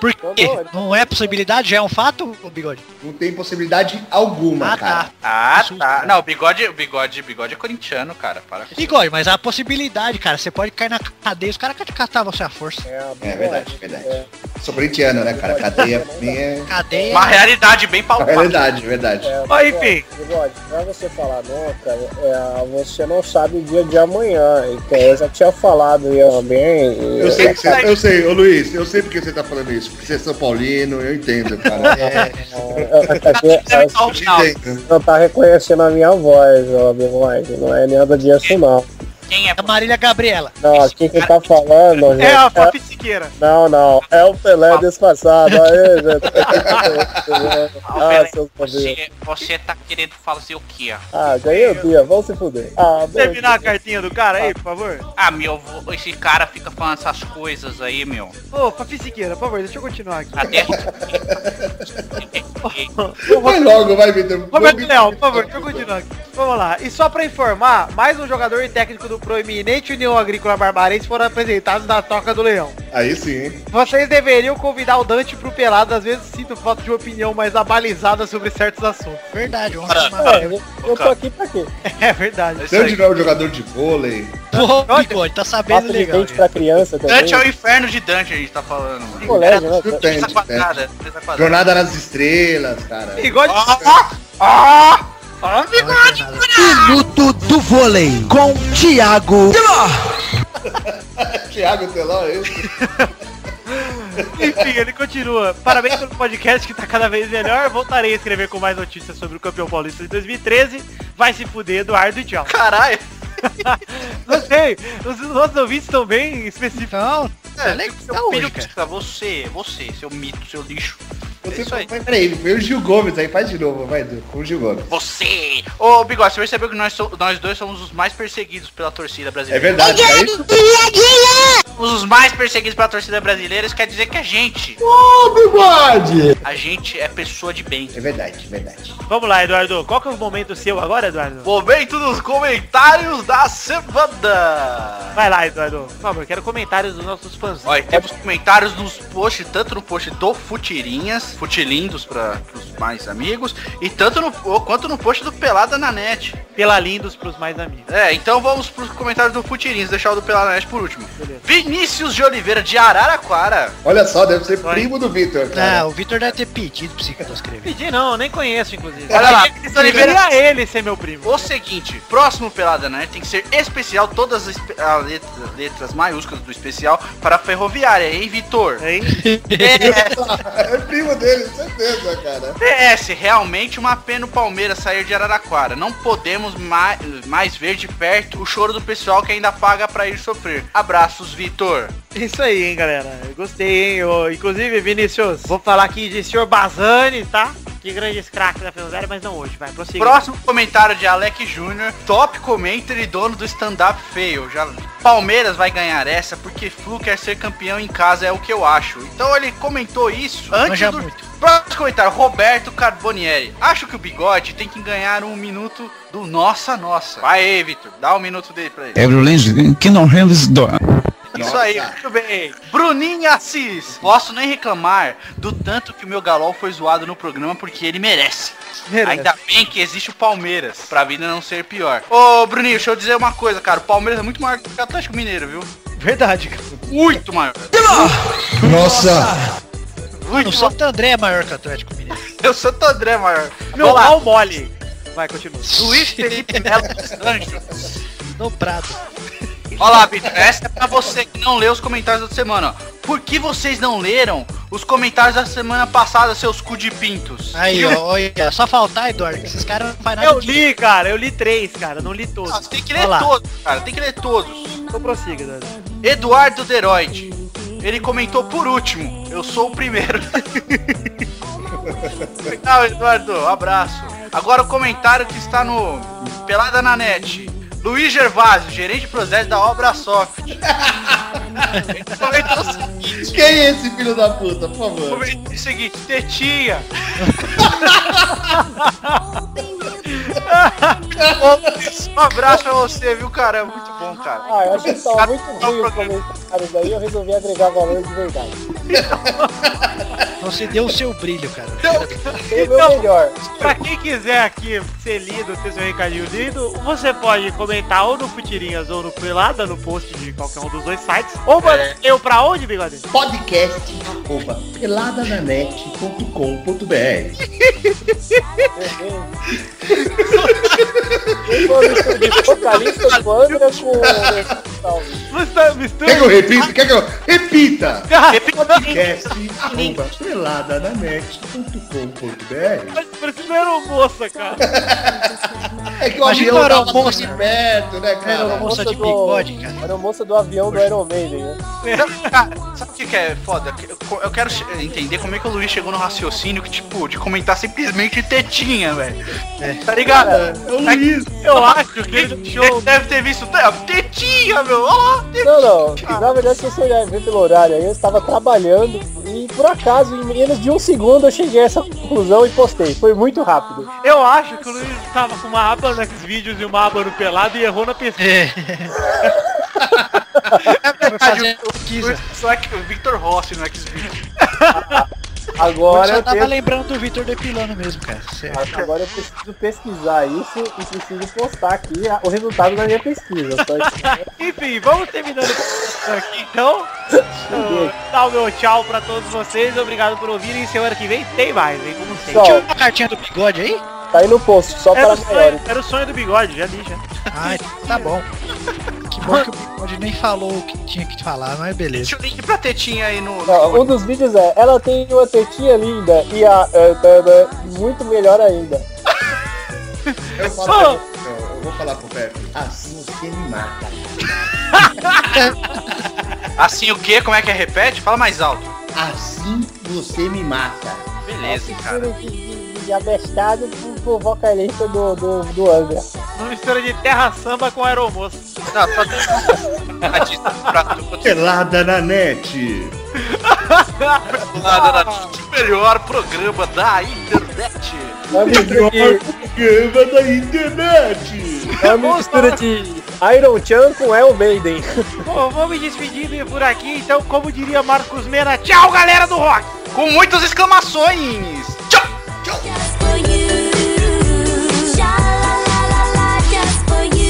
Speaker 6: Por quê? Não é possibilidade? Já é um fato, ô bigode?
Speaker 3: Não tem possibilidade alguma,
Speaker 6: Ah,
Speaker 3: cara.
Speaker 6: tá.
Speaker 5: Ah, tá. Não, o bigode, o bigode, o bigode é corintiano, cara. Para com isso.
Speaker 6: Bigode, mas a possibilidade, cara. Você pode cair na cadeia, os caras catavam você à força.
Speaker 3: É verdade, verdade. Sou corintiano, né, cara? Cadeia pra mim é.
Speaker 6: Cadeia.
Speaker 5: Uma realidade bem
Speaker 3: É
Speaker 5: palpável.
Speaker 3: verdade, verdade.
Speaker 16: Mas enfim.
Speaker 9: Bigode, pra você falar nota, é, você não sabe o dia de amanhã. Então eu já tinha falado eu também. e-
Speaker 3: Eu sei, que você, tá- eu sei, ô Luiz, eu sei porque você tá falando isso, porque você é São Paulino, eu entendo, cara. É, eu te entendo.
Speaker 9: Não tá reconhecendo a minha voz, ô bigode. Não é nada disso não.
Speaker 5: Quem é?
Speaker 6: A Marília Gabriela.
Speaker 9: Não, aqui quem tá falando, gente.
Speaker 16: É a Papi Siqueira.
Speaker 9: Não, não. É o Pelé despassado. Aí, gente. ah, seus poderes.
Speaker 5: Você, você tá querendo fazer o quê?
Speaker 9: Ah, ganhei o dia, vão se fuder. Ah, bem,
Speaker 16: Terminar a cartinha do cara aí, por favor.
Speaker 5: Ah, meu, vo- esse cara fica falando essas coisas aí, meu. Tá
Speaker 16: Ô, Papi Siqueira, por favor, deixa eu continuar aqui.
Speaker 5: Até.
Speaker 3: Vai logo, vai, Vitor.
Speaker 16: Roberto Léo, por favor, deixa eu continuar aqui. Vamos lá. E só pra informar, mais um jogador e técnico do proeminente União Agrícola Barbarense foram apresentados na Toca do Leão.
Speaker 3: Aí sim, hein?
Speaker 16: Vocês deveriam convidar o Dante pro Pelado, às vezes sinto falta de uma opinião mais abalizada sobre certos assuntos.
Speaker 6: Verdade, ontem
Speaker 16: Cara,
Speaker 6: mandaram-
Speaker 16: eu,
Speaker 9: eu tô aqui pra quê?
Speaker 16: É verdade.
Speaker 3: Dante não é um jogador de vôlei.
Speaker 6: Pô, Bigode, tá sabendo
Speaker 9: Passa de
Speaker 6: legal.
Speaker 9: dente pra criança também.
Speaker 5: Dante é o inferno de Dante, a gente tá falando, mano.
Speaker 9: Colégio, né?
Speaker 5: Essa
Speaker 3: Dante,
Speaker 5: quadrada,
Speaker 3: Dante.
Speaker 5: essa quadrada.
Speaker 3: Jornada nas Estrelas, cara.
Speaker 16: Bigode.
Speaker 5: Ah! Ah, bigode!
Speaker 20: Minuto do vôlei com Thiago.
Speaker 3: Thiago Teló, eu.
Speaker 16: Enfim, ele continua. Parabéns pelo podcast que tá cada vez melhor. Voltarei a escrever com mais notícias sobre o campeão paulista de 2013. Vai se fuder, Eduardo e tchau.
Speaker 5: Caralho!
Speaker 16: Não sei, os nossos ouvintes estão bem específicos.
Speaker 6: Não,
Speaker 5: É, seu filho, cara, você, você, seu mito, seu lixo. é isso aí.
Speaker 3: Mas peraí, foi o Gil Gomes aí, faz de novo, vai, Du, com o Gil Gomes.
Speaker 5: Você! Ô, Bigode, você percebeu que nós, so- nós dois somos os mais perseguidos pela torcida brasileira.
Speaker 3: É verdade, é isso?
Speaker 5: Somos os mais perseguidos pela torcida brasileira, isso quer dizer que a gente,
Speaker 3: Ô, Bigode!
Speaker 5: a gente é pessoa de bem.
Speaker 3: É verdade, é verdade.
Speaker 16: Vamos lá, Eduardo. Qual que é o momento seu agora, Eduardo?
Speaker 5: Momento dos comentários da semana!
Speaker 16: Vai lá, Eduardo. Por favor, quero comentários dos nossos fãs.
Speaker 5: Olha, temos comentários nos posts, tanto no post do Futirinhas, Futilindos para os mais amigos, e tanto no, quanto no post do Pelada na Net.
Speaker 16: Pela lindos pros mais amigos.
Speaker 5: É, então vamos pros comentários do Futirinhas, deixar o do Pelada na Net por último. Vinícius de Oliveira, de Araraquara.
Speaker 3: Olha só, deve ser primo do Vitor, cara.
Speaker 6: Não, o Vitor deve ter pedido pra você que eu escrevi.
Speaker 16: Pedi não, eu nem conheço, inclusive.
Speaker 5: Olha lá,
Speaker 16: Eu Queria ele ser meu primo.
Speaker 5: O seguinte, próximo Pelada Nerd tem que ser especial, todas as espe- a letra- letras maiúsculas do especial para a ferroviária, hein, Vitor?
Speaker 16: Hein?
Speaker 3: É primo dele, certeza, cara.
Speaker 5: PS, realmente uma pena o Palmeiras sair de Araraquara. Não podemos mais, mais ver de perto o choro do pessoal que ainda paga pra ir sofrer. Abraços, Vitor.
Speaker 16: É Isso aí, hein, galera. Eu gostei, hein? Eu, inclusive, Vinícius, vou falar aqui de senhor Bazani, tá? Que grandes craques da Ferroviária, mas não hoje. Vai, prossiga.
Speaker 5: Próximo comentário de Alec Júnior, top commenter e dono do stand-up fail. Já Palmeiras vai ganhar essa porque Flu quer ser campeão em casa, é o que eu acho. Então ele comentou isso antes
Speaker 6: Manja
Speaker 5: do.
Speaker 6: muito.
Speaker 5: Próximo comentário, Roberto Carbonieri. Acho que o bigode tem que ganhar um minuto do Nossa Nossa. Vai aí, Vitor, dá um minuto dele pra ele.
Speaker 1: Everland, que não rendes do...
Speaker 5: Isso aí, muito bem. Bruninho Assis. Posso nem reclamar do tanto que o meu galol foi zoado no programa porque ele merece.
Speaker 16: Merece.
Speaker 5: Ainda bem que existe o Palmeiras, pra vida não ser pior. Ô, Bruninho, deixa eu dizer uma coisa, cara. O Palmeiras é muito maior que o Atlético Mineiro, viu?
Speaker 16: Verdade, cara.
Speaker 5: Muito maior.
Speaker 21: Nossa!
Speaker 5: Muito
Speaker 6: O Santo André é maior que o Atlético Mineiro.
Speaker 5: Eu sou Santo André é maior.
Speaker 16: Meu
Speaker 5: Olá.
Speaker 16: pau mole. Vai, continua.
Speaker 5: Luiz Felipe Melo dos Anjos.
Speaker 6: Dobrado.
Speaker 5: Olha lá, Vitor, essa é pra você que não leu os comentários da semana. ó. Por que vocês não leram os comentários da semana passada, seus cu de pintos?
Speaker 6: Aí, ó, olha, só faltar, Eduardo, que esses caras não fazem nada
Speaker 16: Eu
Speaker 6: de-
Speaker 16: li, cara. Eu li três, cara. Não li todos.
Speaker 5: Ah, você tem que
Speaker 6: Olha
Speaker 5: ler
Speaker 6: lá.
Speaker 5: todos, cara. Tem que ler todos.
Speaker 16: Então prossiga, Dani.
Speaker 5: Eduardo Deroid. Ele comentou por último. Eu sou o primeiro. Legal, Eduardo. Um abraço. Agora o comentário que está no Pelada na Net. Luiz Gervásio, gerente de projeto da Obra Soft. Ele comentou o seguinte,
Speaker 3: Quem é esse filho da puta, por favor?
Speaker 5: comentou o seguinte, tetinha. um abraço pra você, viu, cara? É muito bom, cara.
Speaker 9: Ah, eu achei que tava muito ruim os comentários daí, eu resolvi agregar valor de verdade.
Speaker 6: Você deu o seu brilho, cara.
Speaker 9: Dei o meu melhor.
Speaker 16: Pra quem quiser aqui ser lido, ter seu recadinho lido, você pode comentar ou no Futirinhas ou no Pelada, no post de qualquer um dos dois sites. Ou
Speaker 5: É.
Speaker 16: mandar eu pra onde, bigode?
Speaker 3: Podcast, arroba, peladananet.com.br
Speaker 9: Eu sou mistura de vocalista do André com...
Speaker 16: Mistura, mistura.
Speaker 3: Quer que eu repita? Quer que eu repita? Podcast,
Speaker 16: Link.
Speaker 3: arroba, peladananet.com.br
Speaker 16: Mas Parece que não era almoça, cara.
Speaker 3: É que o
Speaker 6: Imagina
Speaker 3: avião
Speaker 6: o
Speaker 3: tava
Speaker 6: aeromoça.
Speaker 3: aqui perto, né, cara?
Speaker 6: Moça de
Speaker 9: do-
Speaker 6: bigode, cara.
Speaker 9: Era o moço do avião do Iron Maiden, né?
Speaker 5: Não, cara, sabe o que que é foda? Eu co- Eu quero che- entender como é que o Luiz chegou no raciocínio que, tipo, de comentar simplesmente tetinha, velho. Tá ligado? Tá-
Speaker 16: Eu acho que ele
Speaker 5: Ele
Speaker 16: deixou...
Speaker 5: deve ter visto tá, tetinha, meu. Olha lá.
Speaker 9: Não, não. Na verdade, se você olhar e ver pelo horário aí, eu estava trabalhando E por acaso, em menos de um segundo, eu cheguei a essa conclusão e postei. Foi muito rápido.
Speaker 16: Eu acho que o Luiz tava com uma aba nos vídeos e uma aba no pelado e errou na pesquisa.
Speaker 5: É verdade, o, o, o, o Victor Rossi é no X-Video.
Speaker 9: Agora
Speaker 6: eu só
Speaker 9: eu
Speaker 6: tava
Speaker 9: tenho-
Speaker 6: lembrando do Vitor depilando mesmo, cara. Certo.
Speaker 9: Agora eu preciso pesquisar isso e preciso postar aqui a- o resultado da minha pesquisa. Só isso.
Speaker 16: Enfim, vamos terminando aqui então. Eu Dá o meu tchau pra todos vocês. Obrigado por ouvirem. Semana que vem tem mais, hein? Como sempre.
Speaker 9: Tchau.
Speaker 6: um
Speaker 9: Tinha
Speaker 16: uma cartinha do bigode aí?
Speaker 9: Tá aí no post, só
Speaker 16: Era
Speaker 9: para
Speaker 16: o, sonho,
Speaker 9: maiores.
Speaker 16: era o sonho do bigode, já li já.
Speaker 6: Ai, tá bom. Que bom que o Bigode nem falou o que tinha que falar, mas beleza.
Speaker 5: Link pra tetinha aí no.
Speaker 9: Não, um dos vídeos é, ela tem uma tetinha linda e a eh, tá, tá, muito melhor ainda.
Speaker 3: Eu, falo pra ele, eu vou falar pro Pepe. Assim você me mata.
Speaker 5: Assim o quê? Como é que é? Repete? Fala mais alto.
Speaker 9: Assim você me mata.
Speaker 5: Beleza, cara.
Speaker 9: De abestado pro vocalista do, do, do Angra.
Speaker 16: Uma mistura de terra samba com aeromoço.
Speaker 5: Não, um só tem...
Speaker 3: Pelada na net.
Speaker 5: Pelada na net. Melhor programa da internet.
Speaker 9: É Uma mistura de, é
Speaker 3: Gama da internet.
Speaker 9: uma mistura de Iron Chan com El Maiden.
Speaker 16: Bom, vou me despedindo por aqui, então, como diria Marcos Mena, tchau, galera do rock!
Speaker 5: Com muitas exclamações!
Speaker 7: Sha la la la la, just for you.